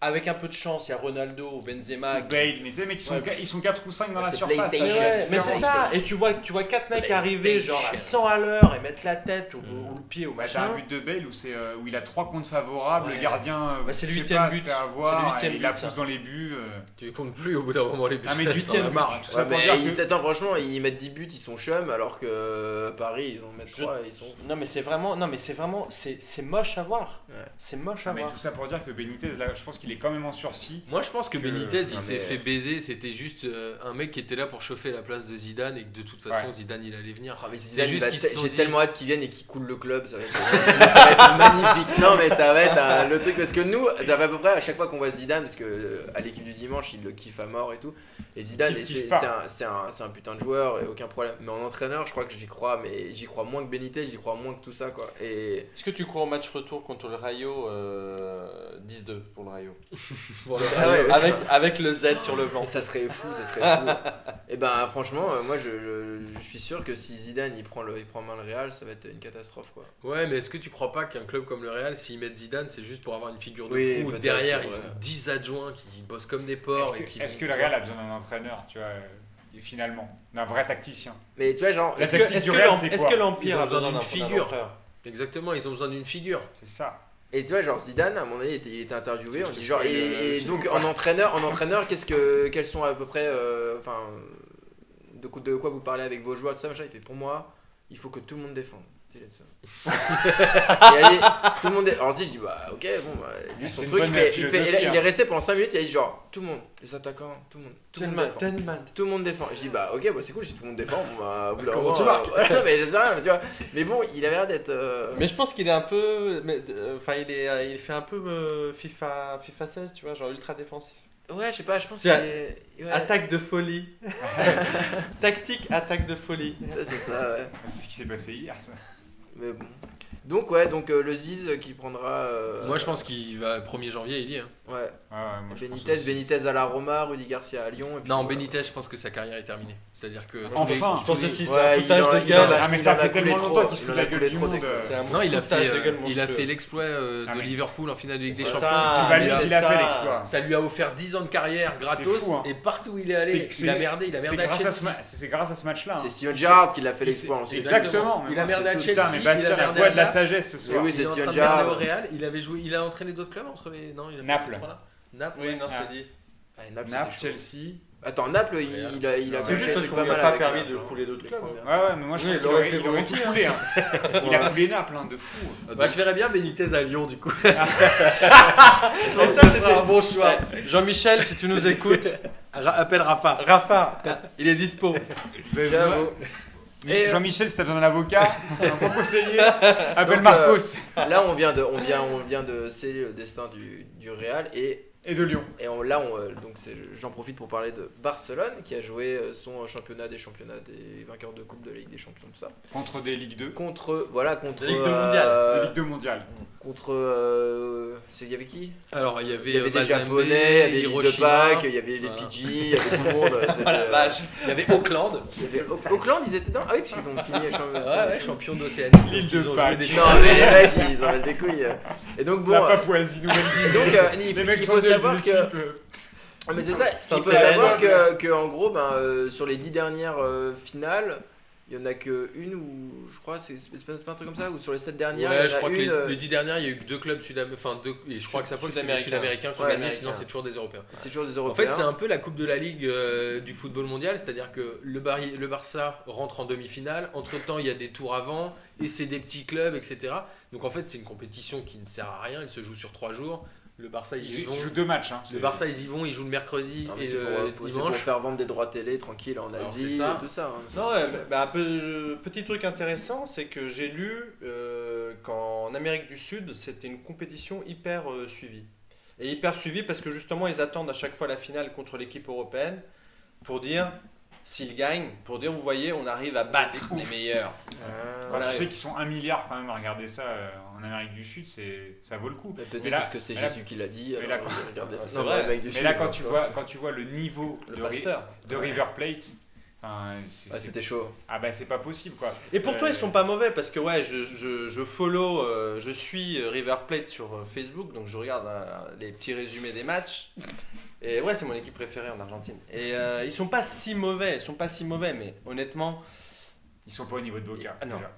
Speaker 4: Avec un peu de chance, il y a Ronaldo ou Benzema.
Speaker 2: Ou
Speaker 4: qui-
Speaker 2: Bale, mais tu sais, mais ils sont,
Speaker 4: Ouais.
Speaker 2: qua- ils sont 4 ou 5 dans
Speaker 1: Ouais,
Speaker 2: la
Speaker 1: c'est
Speaker 2: surface.
Speaker 1: PlayStation.
Speaker 2: ça, je
Speaker 4: Mais ouais,
Speaker 2: suis à
Speaker 4: mais c'est
Speaker 2: différence.
Speaker 4: ça. Et tu vois, tu vois quatre mecs
Speaker 1: PlayStation.
Speaker 4: arriver genre à 100 à l'heure et mettre la tête ou, ou le pied ou
Speaker 2: Bah, t'as
Speaker 4: Mm. machin.
Speaker 2: un but de Bale où, c'est, euh, où il a 3 comptes favorables,
Speaker 4: Ouais.
Speaker 2: le gardien euh,
Speaker 4: Bah, c'est le
Speaker 2: je sais
Speaker 4: huitième
Speaker 2: pas,
Speaker 4: but.
Speaker 2: se fait avoir,
Speaker 4: C'est le
Speaker 2: et
Speaker 4: huitième
Speaker 2: il la
Speaker 4: but, ça.
Speaker 2: pousse dans les buts. euh.
Speaker 3: Tu comptes plus au bout d'un moment les buts.
Speaker 2: Ah, mais du
Speaker 3: T'en as
Speaker 2: huitième but,
Speaker 3: marre.
Speaker 2: tout
Speaker 1: Ouais,
Speaker 2: ça pour
Speaker 1: mais
Speaker 2: dire
Speaker 1: ils,
Speaker 2: que-
Speaker 1: attends, franchement, ils mettent 10 buts, ils sont chums, alors que euh, Paris, ils en mettent
Speaker 4: Je-
Speaker 1: 3 et ils sont.
Speaker 4: Non mais c'est vraiment, non mais c'est vraiment, c'est c'est moche à voir.
Speaker 1: Ouais.
Speaker 4: C'est moche à
Speaker 2: Ah, mais
Speaker 4: voir.
Speaker 2: tout ça pour dire que Benitez, là, je pense qu'il est quand même en sursis.
Speaker 3: Moi, je pense que
Speaker 2: Que-
Speaker 3: Benitez,
Speaker 1: non,
Speaker 3: il s'est
Speaker 1: mais-
Speaker 3: fait baiser. C'était juste euh, un mec qui était là pour chauffer la place de Zidane et que de toute façon,
Speaker 2: Ouais.
Speaker 3: Zidane, il allait venir.
Speaker 1: Ah, mais
Speaker 3: C'est
Speaker 1: Zidane, il
Speaker 3: juste
Speaker 1: va
Speaker 3: qu'ils
Speaker 1: te-
Speaker 3: se sont
Speaker 1: J'ai
Speaker 3: dit-
Speaker 1: tellement hâte qu'ils viennent et qu'ils coulent le club, ça va être, ça va être magnifique. Non, mais ça va être un- le truc parce que nous, ça va à peu près à chaque fois qu'on voit Zidane, parce que euh, à l'équipe du dimanche, il le kiffe à mort et tout. Et Zidane,
Speaker 2: Kiffe,
Speaker 1: et
Speaker 2: kiffe
Speaker 1: c'est
Speaker 2: pas.
Speaker 1: c'est un, c'est un- c'est un putain de joueur, et aucun problème. Mais en entraîneur, je crois que j'y crois, mais j'y crois moins que Benitez, j'y crois moins que tout ça, quoi. Et
Speaker 4: Est-ce que tu crois au match retour contre le Rayo euh, 10-2 pour le Rayo
Speaker 3: Bon, le-
Speaker 1: Ah ouais, ouais,
Speaker 4: Avec avec le Z sur le blanc.
Speaker 1: ça serait fou, ça serait fou. et ben, franchement, euh, moi, je, je- je suis sûr que si Zidane il prend le, il prend en main le Real, ça va être une catastrophe, quoi.
Speaker 3: Ouais, mais est-ce que tu crois pas qu'un club comme le Real, s'ils mettent Zidane, c'est juste pour avoir une figure de
Speaker 1: Oui,
Speaker 3: proue
Speaker 1: peut-être,
Speaker 3: Derrière,
Speaker 1: c'est
Speaker 3: ils
Speaker 1: vrai.
Speaker 3: ont 10 adjoints qui bossent comme des
Speaker 2: Est-ce
Speaker 3: porcs. et qui
Speaker 2: que, est-ce
Speaker 3: vont-
Speaker 2: que le Real a besoin d'un entraîneur, tu vois, euh, finalement D'un vrai tacticien
Speaker 1: Mais tu vois, genre,
Speaker 2: La
Speaker 4: Est-ce que,
Speaker 2: tactique
Speaker 4: est-ce
Speaker 2: du
Speaker 4: que
Speaker 2: Real,
Speaker 4: l'em-
Speaker 2: c'est
Speaker 4: est-ce
Speaker 2: quoi
Speaker 4: que l'Empire
Speaker 3: Ils ont
Speaker 4: a
Speaker 3: besoin
Speaker 4: besoin
Speaker 3: d'une
Speaker 4: d'un
Speaker 3: figure.
Speaker 4: figure
Speaker 3: Exactement, ils ont besoin d'une figure.
Speaker 2: C'est ça.
Speaker 1: Et tu vois, genre Zidane, à mon avis, il était, il était interviewé.
Speaker 2: Je
Speaker 1: On
Speaker 2: te
Speaker 1: dit genre,
Speaker 2: spoil,
Speaker 1: et,
Speaker 2: euh,
Speaker 1: et
Speaker 2: le film
Speaker 1: donc
Speaker 2: ou
Speaker 1: en entraîneur, en entraîneur, qu'est-ce que, quels sont à peu près, euh, enfin, de, co- de quoi vous parlez avec vos joueurs, tout ça, machin. Il fait pour moi, il faut que tout le monde défende. stylé de ça. et allez, tout le monde est. Alors, je dis, bah, ok, bon, bah, lui,
Speaker 2: Ah,
Speaker 1: son
Speaker 2: c'est une
Speaker 1: truc, il,
Speaker 2: bonne
Speaker 1: fait- il, fait-
Speaker 2: philosophie,
Speaker 1: il a- il est
Speaker 2: hein.
Speaker 1: resté pendant 5 minutes, il a dit, genre, tout le monde, les attaquants, tout le monde, tout le monde défend. Tout le monde défend. Je dis bah ok bah c'est cool si tout le monde défend bon bah au bout d'un
Speaker 3: Comment
Speaker 1: moment,
Speaker 3: tu
Speaker 1: euh,
Speaker 3: marques
Speaker 1: voilà, mais je sais rien, mais tu vois. Mais bon il avait l'air d'être euh,
Speaker 4: Mais je pense qu'il est un peu. mais, euh, Enfin, il, est, euh, il fait un peu euh, FIFA, FIFA 16, tu vois, genre ultra défensif.
Speaker 1: ouais je sais pas je pense
Speaker 4: C'est
Speaker 1: qu'il est... ouais,
Speaker 4: Attaque de folie. Tactique, attaque de folie.
Speaker 1: c'est ça ouais.
Speaker 2: hein. C'est ce qui s'est passé hier, ça.
Speaker 1: Mais bon. Donc ouais, donc euh, le Ziz euh, qui prendra. euh,
Speaker 3: Moi, je pense qu'il va 1er janvier, il y est. hein.
Speaker 1: Ouais.
Speaker 2: Ah, moi, je pense
Speaker 1: Benitez,
Speaker 2: aussi.
Speaker 1: Benitez à la Roma, Rudy Garcia à Lyon. Et puis,
Speaker 3: Non,
Speaker 1: voilà.
Speaker 3: Benitez, je pense que sa carrière est terminée. C'est-à-dire que. tous les-
Speaker 2: Enfin
Speaker 4: Je pense
Speaker 3: Ah, Oui.
Speaker 4: aussi, c'est
Speaker 1: Ouais,
Speaker 4: un
Speaker 1: il
Speaker 4: foutage
Speaker 1: en a-
Speaker 4: de
Speaker 1: il en a-
Speaker 4: gueule.
Speaker 2: Ah, mais
Speaker 1: il
Speaker 2: ça
Speaker 1: en a
Speaker 2: fait
Speaker 1: coulé
Speaker 2: tellement
Speaker 1: trop,
Speaker 2: longtemps qu'il se
Speaker 1: il
Speaker 2: fout
Speaker 1: en
Speaker 2: de la
Speaker 1: a
Speaker 2: gueule
Speaker 1: coulé
Speaker 2: du
Speaker 1: trop,
Speaker 2: monde.
Speaker 1: c'est-
Speaker 4: C'est un
Speaker 3: Non, il a fait,
Speaker 4: foutage de gueule
Speaker 3: euh, il a
Speaker 4: monstrueux.
Speaker 3: fait l'exploit euh,
Speaker 2: Ah,
Speaker 3: de
Speaker 2: mais-
Speaker 3: Liverpool en finale de Ligue des
Speaker 4: C'est
Speaker 3: Champions.
Speaker 4: ça.
Speaker 2: C'est
Speaker 4: Ah,
Speaker 2: balèze
Speaker 4: mais
Speaker 2: qu'il a
Speaker 4: ça-
Speaker 2: fait l'exploit.
Speaker 3: Ça lui a offert 10 ans de carrière gratos
Speaker 2: C'est fou, hein.
Speaker 3: et partout où il est allé,
Speaker 2: C'est- c'est-
Speaker 3: il a merdé. Il a
Speaker 2: C'est
Speaker 3: merdé à
Speaker 2: grâce, à ce
Speaker 3: Chelsea.
Speaker 2: ma- c'est- c'est grâce à ce match-là. hein.
Speaker 1: C'est Steven Gerrard qui l'a fait
Speaker 2: Et
Speaker 1: l'exploit.
Speaker 2: c'est-
Speaker 1: on sait.
Speaker 2: Exactement. mais
Speaker 3: Il a
Speaker 2: moi,
Speaker 3: merdé à
Speaker 2: c'est tout le temps,
Speaker 3: Chelsea,
Speaker 2: Mais
Speaker 3: il
Speaker 2: Bastien,
Speaker 3: a
Speaker 2: la
Speaker 3: merdé
Speaker 2: voix
Speaker 3: à
Speaker 2: de la
Speaker 3: Naples.
Speaker 2: sagesse ce soir.
Speaker 1: Oui,
Speaker 3: il
Speaker 1: c'est
Speaker 3: est en train
Speaker 1: Steven
Speaker 3: de merder
Speaker 1: Gerrard.
Speaker 3: au Real. Il avait joué, il a entraîné d'autres clubs entre les. Non, il a fait
Speaker 2: Naples.
Speaker 3: ces trois-là. Naples.
Speaker 4: Oui, non,
Speaker 2: Ah.
Speaker 4: c'est dit.
Speaker 1: Ouais, Naples, c'était
Speaker 2: Naples,
Speaker 1: chaud.
Speaker 2: Chelsea.
Speaker 1: Attends, Naples, il,
Speaker 3: Real.
Speaker 1: il a, il a
Speaker 2: C'est
Speaker 1: fait
Speaker 4: C'est juste
Speaker 1: des
Speaker 4: parce
Speaker 1: trucs
Speaker 4: qu'on lui a
Speaker 1: mal
Speaker 4: pas
Speaker 1: avec
Speaker 4: permis
Speaker 1: Naples,
Speaker 4: de
Speaker 1: hein.
Speaker 4: couler d'autres
Speaker 1: Les
Speaker 4: clubs.
Speaker 1: premières.
Speaker 2: Ouais, ouais, mais moi je
Speaker 4: Oui,
Speaker 2: pense
Speaker 4: il
Speaker 2: qu'il
Speaker 4: aurait
Speaker 2: aurait
Speaker 4: fait
Speaker 2: il aurait tout coulé. hein. Il a coulé Naples, hein, de fou.
Speaker 1: Ah,
Speaker 3: Bah, je verrais bien Benitez à Lyon du coup.
Speaker 4: Mais
Speaker 3: Donc,
Speaker 4: ça,
Speaker 3: ce
Speaker 4: c'était-
Speaker 3: sera un bon choix.
Speaker 4: Ouais. Jean-Michel, si tu nous écoutes,
Speaker 3: Ra- Appelle Rafa.
Speaker 4: Rafa, il est dispo.
Speaker 2: Vous avez-
Speaker 1: J'avoue. Et, euh,
Speaker 2: Jean-Michel, si t'as besoin d'un avocat, un bon conseiller, appelle
Speaker 1: Donc, euh,
Speaker 2: Marcos.
Speaker 1: Là, on vient de, on vient, on vient de sceller le destin du, du Real et
Speaker 2: Et de Lyon.
Speaker 1: et on- là, on, euh, donc c'est- j'en profite pour parler de Barcelone qui a joué euh, son championnat des championnats des vainqueurs de coupe de la Ligue des Champions tout ça.
Speaker 2: Contre des Ligues 2.
Speaker 1: Contre voilà contre
Speaker 4: Ligue de
Speaker 1: euh,
Speaker 4: mondiale,
Speaker 2: Des Ligues 2 mondiales.
Speaker 1: contre euh, c'est- il y avait qui
Speaker 3: Alors, il y avait,
Speaker 1: Il y avait
Speaker 3: euh,
Speaker 1: des
Speaker 3: Mazembe,
Speaker 1: japonais, il y avait l'île de
Speaker 3: Hiroshima,
Speaker 1: Pâques, il y avait les
Speaker 3: Voilà.
Speaker 1: Fidji, il y avait tout le monde. euh, c'était-
Speaker 4: Oh la vache.
Speaker 3: il y avait Auckland.
Speaker 1: c'était- Au- Auckland ils étaient dedans Ah oui parce qu'ils ont fini champion.
Speaker 3: Ouais, ouais, champion d'Océanie.
Speaker 2: L'île
Speaker 3: Donc,
Speaker 2: de
Speaker 3: ils ont
Speaker 2: Pâques.
Speaker 3: joué des-
Speaker 1: Non mais les mecs ils ont des couilles. Et donc bon.
Speaker 2: La
Speaker 1: euh,
Speaker 2: Papouasie
Speaker 1: donc
Speaker 2: Nouvelle-Guinée.
Speaker 1: euh, il,
Speaker 2: Les mecs
Speaker 1: il
Speaker 2: sont
Speaker 1: faut
Speaker 2: des
Speaker 1: savoir
Speaker 2: équipes,
Speaker 1: que
Speaker 2: euh,
Speaker 1: Ah, mais c'est ça,
Speaker 4: Ça
Speaker 1: il faut
Speaker 4: intéresse,
Speaker 1: savoir que,
Speaker 2: ouais.
Speaker 1: que, en gros, ben, euh, sur les dix dernières euh, finales, il y en a que une ou je crois, c'est c'est pas, c'est pas un truc comme ça, ou sur les sept dernières, il y en
Speaker 3: Ouais, je
Speaker 1: a
Speaker 3: crois que
Speaker 1: une,
Speaker 3: les,
Speaker 1: euh,
Speaker 3: les dix dernières, il y a eu que deux clubs sud-américains. Enfin, deux, et je crois que ça fois que c'était des
Speaker 4: Sud-Américains.
Speaker 3: sud-américains qui ont
Speaker 1: Ouais,
Speaker 3: gagné, sinon
Speaker 1: américains.
Speaker 3: c'est toujours des Européens.
Speaker 1: c'est toujours des
Speaker 3: En
Speaker 1: Européens.
Speaker 3: fait, c'est un peu la Coupe de la Ligue euh, du football mondial, c'est-à-dire que le, Bari- le Barça rentre en demi-finale, entre-temps il y a des tours avant, et c'est des petits clubs, etc. Donc en fait, c'est une compétition qui ne sert à rien, elle se joue sur trois jours. Le Barça, ils y
Speaker 2: Ils
Speaker 3: vont.
Speaker 2: jouent deux matchs. hein.
Speaker 3: Le Barça, ils y vont, ils jouent le mercredi
Speaker 1: Non, mais
Speaker 3: et
Speaker 1: c'est
Speaker 3: le
Speaker 1: pour, euh, pour- c'est pour
Speaker 3: dimanche.
Speaker 1: faire vendre des droits télé tranquille en
Speaker 3: Alors,
Speaker 1: Asie
Speaker 3: c'est ça.
Speaker 1: et tout ça. hein.
Speaker 4: Non, ouais, bah, bah, un peu- petit truc intéressant, c'est que j'ai lu euh, qu'en Amérique du Sud, c'était une compétition hyper euh, suivie. Et hyper suivie parce que justement, ils attendent à chaque fois la finale contre l'équipe européenne pour dire, s'ils gagnent, pour dire, vous voyez, on arrive à battre les meilleurs.
Speaker 1: Ah,
Speaker 2: Quand
Speaker 4: Voilà.
Speaker 2: tu sais qu'ils sont un milliard quand même à regarder ça euh, en Amérique du Sud, c'est ça vaut le coup.
Speaker 1: mais Peut-être
Speaker 2: Mais là-
Speaker 1: parce que c'est
Speaker 2: mais là-
Speaker 1: Jésus qui l'a dit.
Speaker 2: mais là,
Speaker 1: alors, euh, regardez,
Speaker 4: Ah,
Speaker 1: ça.
Speaker 4: c'est
Speaker 1: Non,
Speaker 4: vrai.
Speaker 1: le mec du
Speaker 2: Mais
Speaker 1: Sud, hein. Ah,
Speaker 2: là, quand
Speaker 1: quoi.
Speaker 2: tu vois, quand tu vois le niveau
Speaker 4: Le
Speaker 2: de, Ri-
Speaker 4: pasteur.
Speaker 2: de River Plate, enfin, c'est-
Speaker 1: Ah,
Speaker 2: c'est-
Speaker 1: c'était chaud.
Speaker 2: Ah bah c'est pas possible quoi.
Speaker 4: Et pour toi,
Speaker 2: Euh,
Speaker 4: ils sont pas mauvais parce que ouais, je, je, je follow, euh, je suis euh, River Plate sur euh, Facebook, donc je regarde euh, les petits résumés des matchs. Et ouais, c'est mon équipe préférée en Argentine. Et euh, ils sont pas si mauvais, ils sont pas si mauvais, mais honnêtement,
Speaker 2: Ils sont pas au niveau de Boca.
Speaker 4: Ah, non.
Speaker 2: déjà.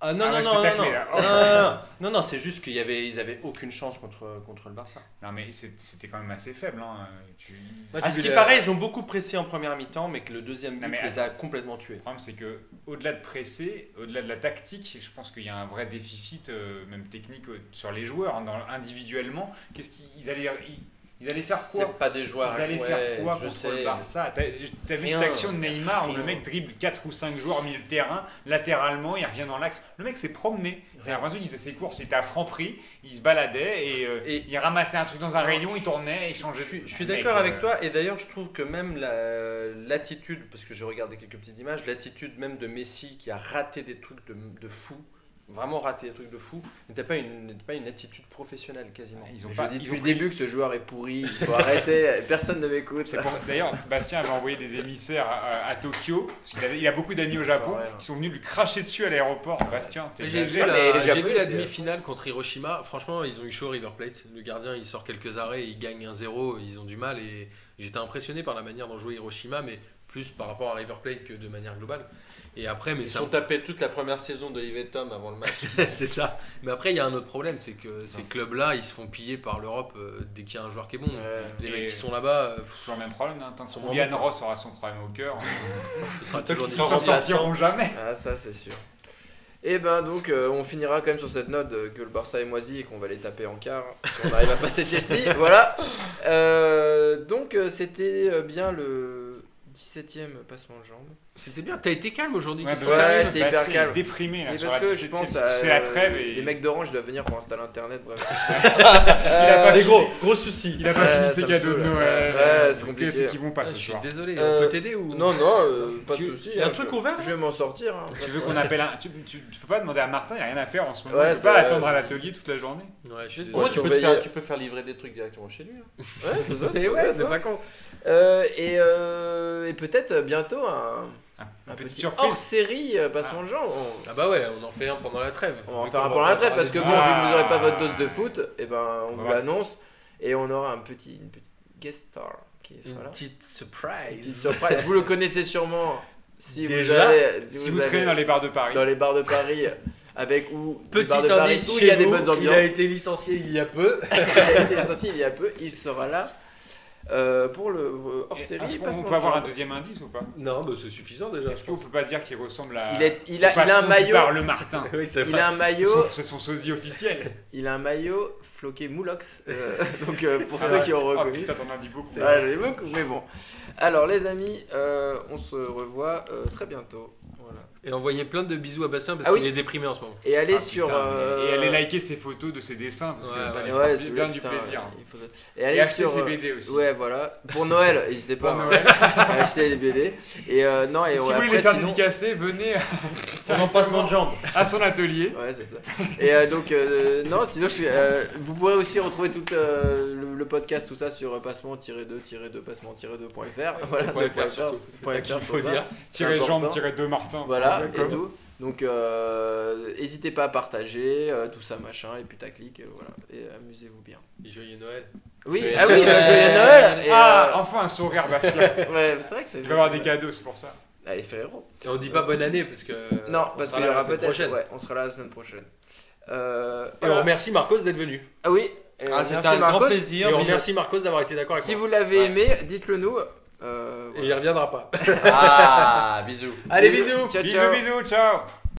Speaker 4: ah non
Speaker 2: Ah, ouais,
Speaker 4: non
Speaker 2: je
Speaker 4: non non
Speaker 2: t'ai taclé,
Speaker 4: non.
Speaker 2: là.
Speaker 4: non non, non. non non, c'est juste qu'ils avaient ils avaient aucune chance contre contre le Barça.
Speaker 2: Non mais c'est- c'était quand même assez faible. Hein. Tu...
Speaker 1: Ah,
Speaker 3: Moi, tu
Speaker 4: À ce
Speaker 3: vis
Speaker 4: qui
Speaker 3: la-
Speaker 4: paraît, ils ont beaucoup pressé en première mi-temps, mais que le deuxième
Speaker 2: Non,
Speaker 4: but
Speaker 2: mais
Speaker 4: les a complètement tués.
Speaker 2: Le problème c'est que au-delà de presser, au-delà de la tactique, je pense qu'il y a un vrai déficit euh, même technique euh, sur les joueurs hein, dans- individuellement. Qu'est-ce qu'ils allaient ils, ils allaient faire quoi
Speaker 4: C'est pas des joueurs.
Speaker 2: Ils allaient
Speaker 4: ouais,
Speaker 2: faire quoi
Speaker 4: je
Speaker 2: contre
Speaker 4: sais.
Speaker 2: le Barça T'as t'as vu
Speaker 4: Rien.
Speaker 2: cette action de Neymar où le
Speaker 4: Rien.
Speaker 2: mec dribble 4 ou 5 joueurs au milieu de terrain, latéralement, il revient dans l'axe. Le mec s'est promené. Et
Speaker 4: Rien.
Speaker 2: après, il faisait ses courses, il était à franc prix, il se baladait et, euh,
Speaker 4: Et-
Speaker 2: il ramassait un truc dans un
Speaker 4: Alors,
Speaker 2: rayon, il tournait, il
Speaker 4: Je-
Speaker 2: changeait.
Speaker 4: Je suis, je suis
Speaker 2: Mec,
Speaker 4: d'accord
Speaker 2: euh,
Speaker 4: avec toi, et d'ailleurs, je trouve que même la- l'attitude, parce que j'ai regardé quelques petites images, l'attitude même de Messi qui a raté des trucs de, de fou, vraiment raté des trucs de fou, n'était pas une, n'était pas une attitude professionnelle quasiment.
Speaker 2: bah, Ah, Ils ont
Speaker 1: Je
Speaker 2: pas.
Speaker 1: dis
Speaker 2: ils
Speaker 1: depuis
Speaker 2: ont
Speaker 1: le
Speaker 2: pris-
Speaker 1: début que ce joueur est pourri, il faut arrêter, personne ne m'écoute.
Speaker 2: C'est pour- D'ailleurs, Bastien avait envoyé des émissaires euh, à, à Tokyo, parce qu'il avait- il a beaucoup d'amis au
Speaker 1: C'est
Speaker 2: Japon,
Speaker 1: vrai, hein.
Speaker 2: qui sont venus lui cracher dessus à l'aéroport. Bastien, t'es
Speaker 3: J'ai
Speaker 2: bien-
Speaker 3: vu,
Speaker 1: Ouais, mais
Speaker 3: la,
Speaker 1: les
Speaker 3: j'ai
Speaker 1: Japonais
Speaker 3: vu la
Speaker 1: étaient-
Speaker 3: demi-finale contre Hiroshima. Franchement, ils ont eu chaud River Plate. Le gardien, il sort quelques arrêts, il gagne 1-0. Ils ont du mal et j'étais impressionné par la manière d'en jouer Hiroshima, mais plus par rapport à River Plate que de manière globale. Et après, mais
Speaker 4: Ils
Speaker 3: c'est
Speaker 4: sont tapés toute la première saison d'Olivier Tom avant le match.
Speaker 3: un- c'est ça. Mais après, il y a un autre problème, c'est que ces clubs-là, ils se font piller par l'Europe euh, dès qu'il y a un joueur qui est bon.
Speaker 1: Ouais.
Speaker 3: Les
Speaker 2: Et-
Speaker 3: mecs qui sont là-bas, euh, pff,
Speaker 2: Toujours le même problème, hein. tant que
Speaker 3: Son
Speaker 2: Julian Ross aura son problème au cœur,
Speaker 3: ce sera
Speaker 4: Toi qui
Speaker 3: toujours
Speaker 4: se
Speaker 2: ils s'en
Speaker 4: Sans
Speaker 3: difficile.
Speaker 4: sortir.
Speaker 2: sortiront jamais.
Speaker 1: Ah ça c'est sûr. Et ben donc, euh, on finira quand même sur cette note euh, que le Barça est moisi et qu'on va les taper en quart hein, si on arrive à passer Chelsea. Voilà. Euh, donc, euh, c'était euh, bien le 17ème passement de jambe.
Speaker 3: C'était bien, t'as été calme aujourd'hui.
Speaker 2: Ouais,
Speaker 3: qu'est-ce
Speaker 2: c'est
Speaker 3: que
Speaker 1: ouais,
Speaker 3: t'as-
Speaker 1: c'est hyper calme.
Speaker 2: déprimé là,
Speaker 1: Mais
Speaker 2: sur
Speaker 1: parce
Speaker 2: la
Speaker 1: que je
Speaker 2: 17e,
Speaker 1: pense à, euh,
Speaker 2: c'est la trêve et
Speaker 1: Les mecs d'Orange doivent venir pour installer internet, bref. Euh,
Speaker 2: pas
Speaker 5: Les
Speaker 2: fini.
Speaker 5: gros, gros soucis.
Speaker 2: Ah, il a pas
Speaker 1: Ouais,
Speaker 2: fini
Speaker 1: ça
Speaker 2: ses
Speaker 1: me
Speaker 2: cadeaux de
Speaker 1: saoule.
Speaker 2: Noël.
Speaker 1: Ouais, c'est
Speaker 2: Qu'est-ce
Speaker 1: compliqué.
Speaker 2: qu'ils vont pas
Speaker 3: Je
Speaker 2: ce
Speaker 3: suis
Speaker 2: soir.
Speaker 3: désolé, on
Speaker 1: Euh,
Speaker 3: peut t'aider ou
Speaker 1: Non, non, euh, pas
Speaker 2: Tu-
Speaker 1: de soucis.
Speaker 5: y a un
Speaker 1: hein,
Speaker 5: truc
Speaker 1: je-
Speaker 5: ouvert,
Speaker 1: Je vais m'en sortir. hein.
Speaker 2: Tu veux qu'on appelle un... tu, tu- tu peux pas demander à Martin, il n'y a rien à faire en ce moment.
Speaker 1: Ouais,
Speaker 2: il peut
Speaker 1: c'est
Speaker 2: pas
Speaker 1: vrai.
Speaker 2: attendre à l'atelier toute la journée.
Speaker 3: Ouais, je suis
Speaker 5: Moi, tu
Speaker 3: désolé.
Speaker 5: peux, te
Speaker 1: surveiller.
Speaker 5: faire, tu peux faire livrer des trucs directement chez lui. hein.
Speaker 1: Ouais, c'est ça.
Speaker 3: Mais
Speaker 1: pas-
Speaker 3: Eh ouais, c'est pas con.
Speaker 1: Euh, et euh, et peut-être euh, bientôt un,
Speaker 2: Un,
Speaker 1: un
Speaker 2: petit
Speaker 1: petit
Speaker 2: surprise.
Speaker 1: hors série passement de jambe. On,
Speaker 3: Ah bah ouais, on en fait un pendant la trêve.
Speaker 1: on va en
Speaker 3: Vu
Speaker 1: faire
Speaker 3: qu'on
Speaker 1: un pendant la
Speaker 3: pas
Speaker 1: trêve parce
Speaker 3: parler
Speaker 1: que
Speaker 3: de-
Speaker 1: bon,
Speaker 2: Ah.
Speaker 1: vu que vous n'aurez pas votre dose de foot, et ben on vous
Speaker 2: Voilà.
Speaker 1: l'annonce et on aura un petit une petite guest star qui sera
Speaker 3: Une
Speaker 1: là.
Speaker 3: petite
Speaker 1: Une petite
Speaker 3: surprise.
Speaker 1: surprise. vous le connaissez sûrement si
Speaker 3: Déjà,
Speaker 1: vous allez
Speaker 2: Si vous,
Speaker 1: allez
Speaker 2: traînez dans les bars de Paris,
Speaker 1: dans les bars de Paris avec ou les
Speaker 3: Petit
Speaker 1: bars de Paris
Speaker 3: indice
Speaker 1: où
Speaker 3: chez
Speaker 1: il y a des
Speaker 3: vous,
Speaker 1: bonnes ambiances.
Speaker 3: il a été licencié il y a peu.
Speaker 1: il a été sorti il y a peu, il sera là euh, pour le euh, hors
Speaker 2: Et
Speaker 1: série.
Speaker 2: Eh, est-ce qu'on-
Speaker 1: Passement
Speaker 2: on
Speaker 1: de
Speaker 2: peut avoir un
Speaker 1: jambe.
Speaker 2: deuxième indice ou pas
Speaker 3: Non, bah c'est suffisant déjà.
Speaker 2: Est-ce qu'on peut pas dire qu'il ressemble à.
Speaker 1: Il, est, il, a,
Speaker 2: au
Speaker 1: il a
Speaker 2: patron
Speaker 1: un
Speaker 2: du
Speaker 1: maillot,
Speaker 2: bar, le Martin.
Speaker 3: Oui, c'est
Speaker 1: il a un
Speaker 2: C'est
Speaker 1: maillot,
Speaker 2: son, c'est son sosie officiel.
Speaker 1: il a un maillot floqué Moulox. euh, donc euh, pour
Speaker 2: C'est
Speaker 1: ceux
Speaker 2: vrai.
Speaker 1: qui ont
Speaker 2: Oh
Speaker 1: reconnu.
Speaker 2: putain, t'en as dit beaucoup.
Speaker 1: Voilà, je l'ai beaucoup, mais bon. Alors les amis, euh, on se revoit euh, très bientôt. Voilà.
Speaker 3: Et envoyer plein de bisous à Bassin parce
Speaker 1: Ah oui.
Speaker 3: qu'il est déprimé en ce moment.
Speaker 1: Et allez
Speaker 2: Ah,
Speaker 1: sur.
Speaker 2: putain,
Speaker 1: euh,
Speaker 2: Et allez liker ses photos de ses dessins parce que
Speaker 3: Ouais,
Speaker 2: ça
Speaker 1: ouais,
Speaker 2: lui
Speaker 1: ouais,
Speaker 2: fait
Speaker 1: c'est-
Speaker 2: bien du
Speaker 1: putain,
Speaker 2: plaisir.
Speaker 1: il faut- Et
Speaker 2: Et
Speaker 1: allez
Speaker 2: acheter
Speaker 1: sur.
Speaker 2: ses
Speaker 1: euh,
Speaker 2: BD aussi.
Speaker 1: Ouais, voilà. Pour Noël, n'hésitez pas
Speaker 2: Pour
Speaker 1: hein,
Speaker 2: Noël.
Speaker 1: à acheter les BD. Et euh, non, et
Speaker 2: si vous
Speaker 1: ouais,
Speaker 2: voulez
Speaker 1: après,
Speaker 2: les faire
Speaker 1: sinon-
Speaker 2: dédicacer, venez
Speaker 5: On en passe mon jambe.
Speaker 2: à son atelier.
Speaker 1: Ouais, c'est ça. Et euh, donc, euh, non, sinon, je- euh, vous pourrez aussi retrouver tout euh, le, le podcast, tout ça sur euh, passement-2-2, passement-2.fr. Voilà, .fr,
Speaker 3: Point fr surtout. C'est
Speaker 1: point
Speaker 3: ça qu'il
Speaker 1: fr,
Speaker 3: faut
Speaker 1: pour ça.
Speaker 3: dire.
Speaker 2: Tirer
Speaker 1: important.
Speaker 2: jambes, tirer deux Martin.
Speaker 1: Voilà,
Speaker 2: D'accord.
Speaker 1: et tout. Donc, euh, n'hésitez pas à partager, euh, tout ça, machin, les putaclics, euh, voilà. Et amusez-vous bien.
Speaker 3: Et joyeux Noël.
Speaker 1: Oui,
Speaker 5: Joyeux
Speaker 1: ah oui,
Speaker 5: Noël.
Speaker 1: bah, joyeux Noël! Et,
Speaker 2: Ah,
Speaker 1: euh,
Speaker 2: enfin un sourire, Bastien.
Speaker 1: ouais, c'est vrai que c'est. Bah,
Speaker 2: Il va avoir des cadeaux, c'est pour ça.
Speaker 1: Allez, Ferrero.
Speaker 3: Et on dit pas bonne année parce que. euh,
Speaker 1: Non,
Speaker 3: on
Speaker 1: parce qu'il
Speaker 3: sera
Speaker 1: y
Speaker 3: là la
Speaker 1: aura
Speaker 3: semaine
Speaker 1: peut-être.
Speaker 3: prochaine.
Speaker 1: Ouais, on sera là la semaine prochaine. Euh,
Speaker 3: Et
Speaker 1: voilà.
Speaker 3: on remercie Marcos d'être venu.
Speaker 1: Ah oui, et
Speaker 5: Ah,
Speaker 1: merci
Speaker 5: C'était un grand
Speaker 1: Marcos.
Speaker 3: Et
Speaker 5: plaisir.
Speaker 3: on remercie Marcos d'avoir été d'accord avec
Speaker 1: Si
Speaker 3: moi.
Speaker 1: vous l'avez
Speaker 3: Ouais.
Speaker 1: aimé, dites-le nous. Euh,
Speaker 3: Et il reviendra pas.
Speaker 5: Ah, bisous.
Speaker 3: Allez, bisous
Speaker 1: Ciao,
Speaker 2: bisous,
Speaker 1: ciao.
Speaker 2: bisous, ciao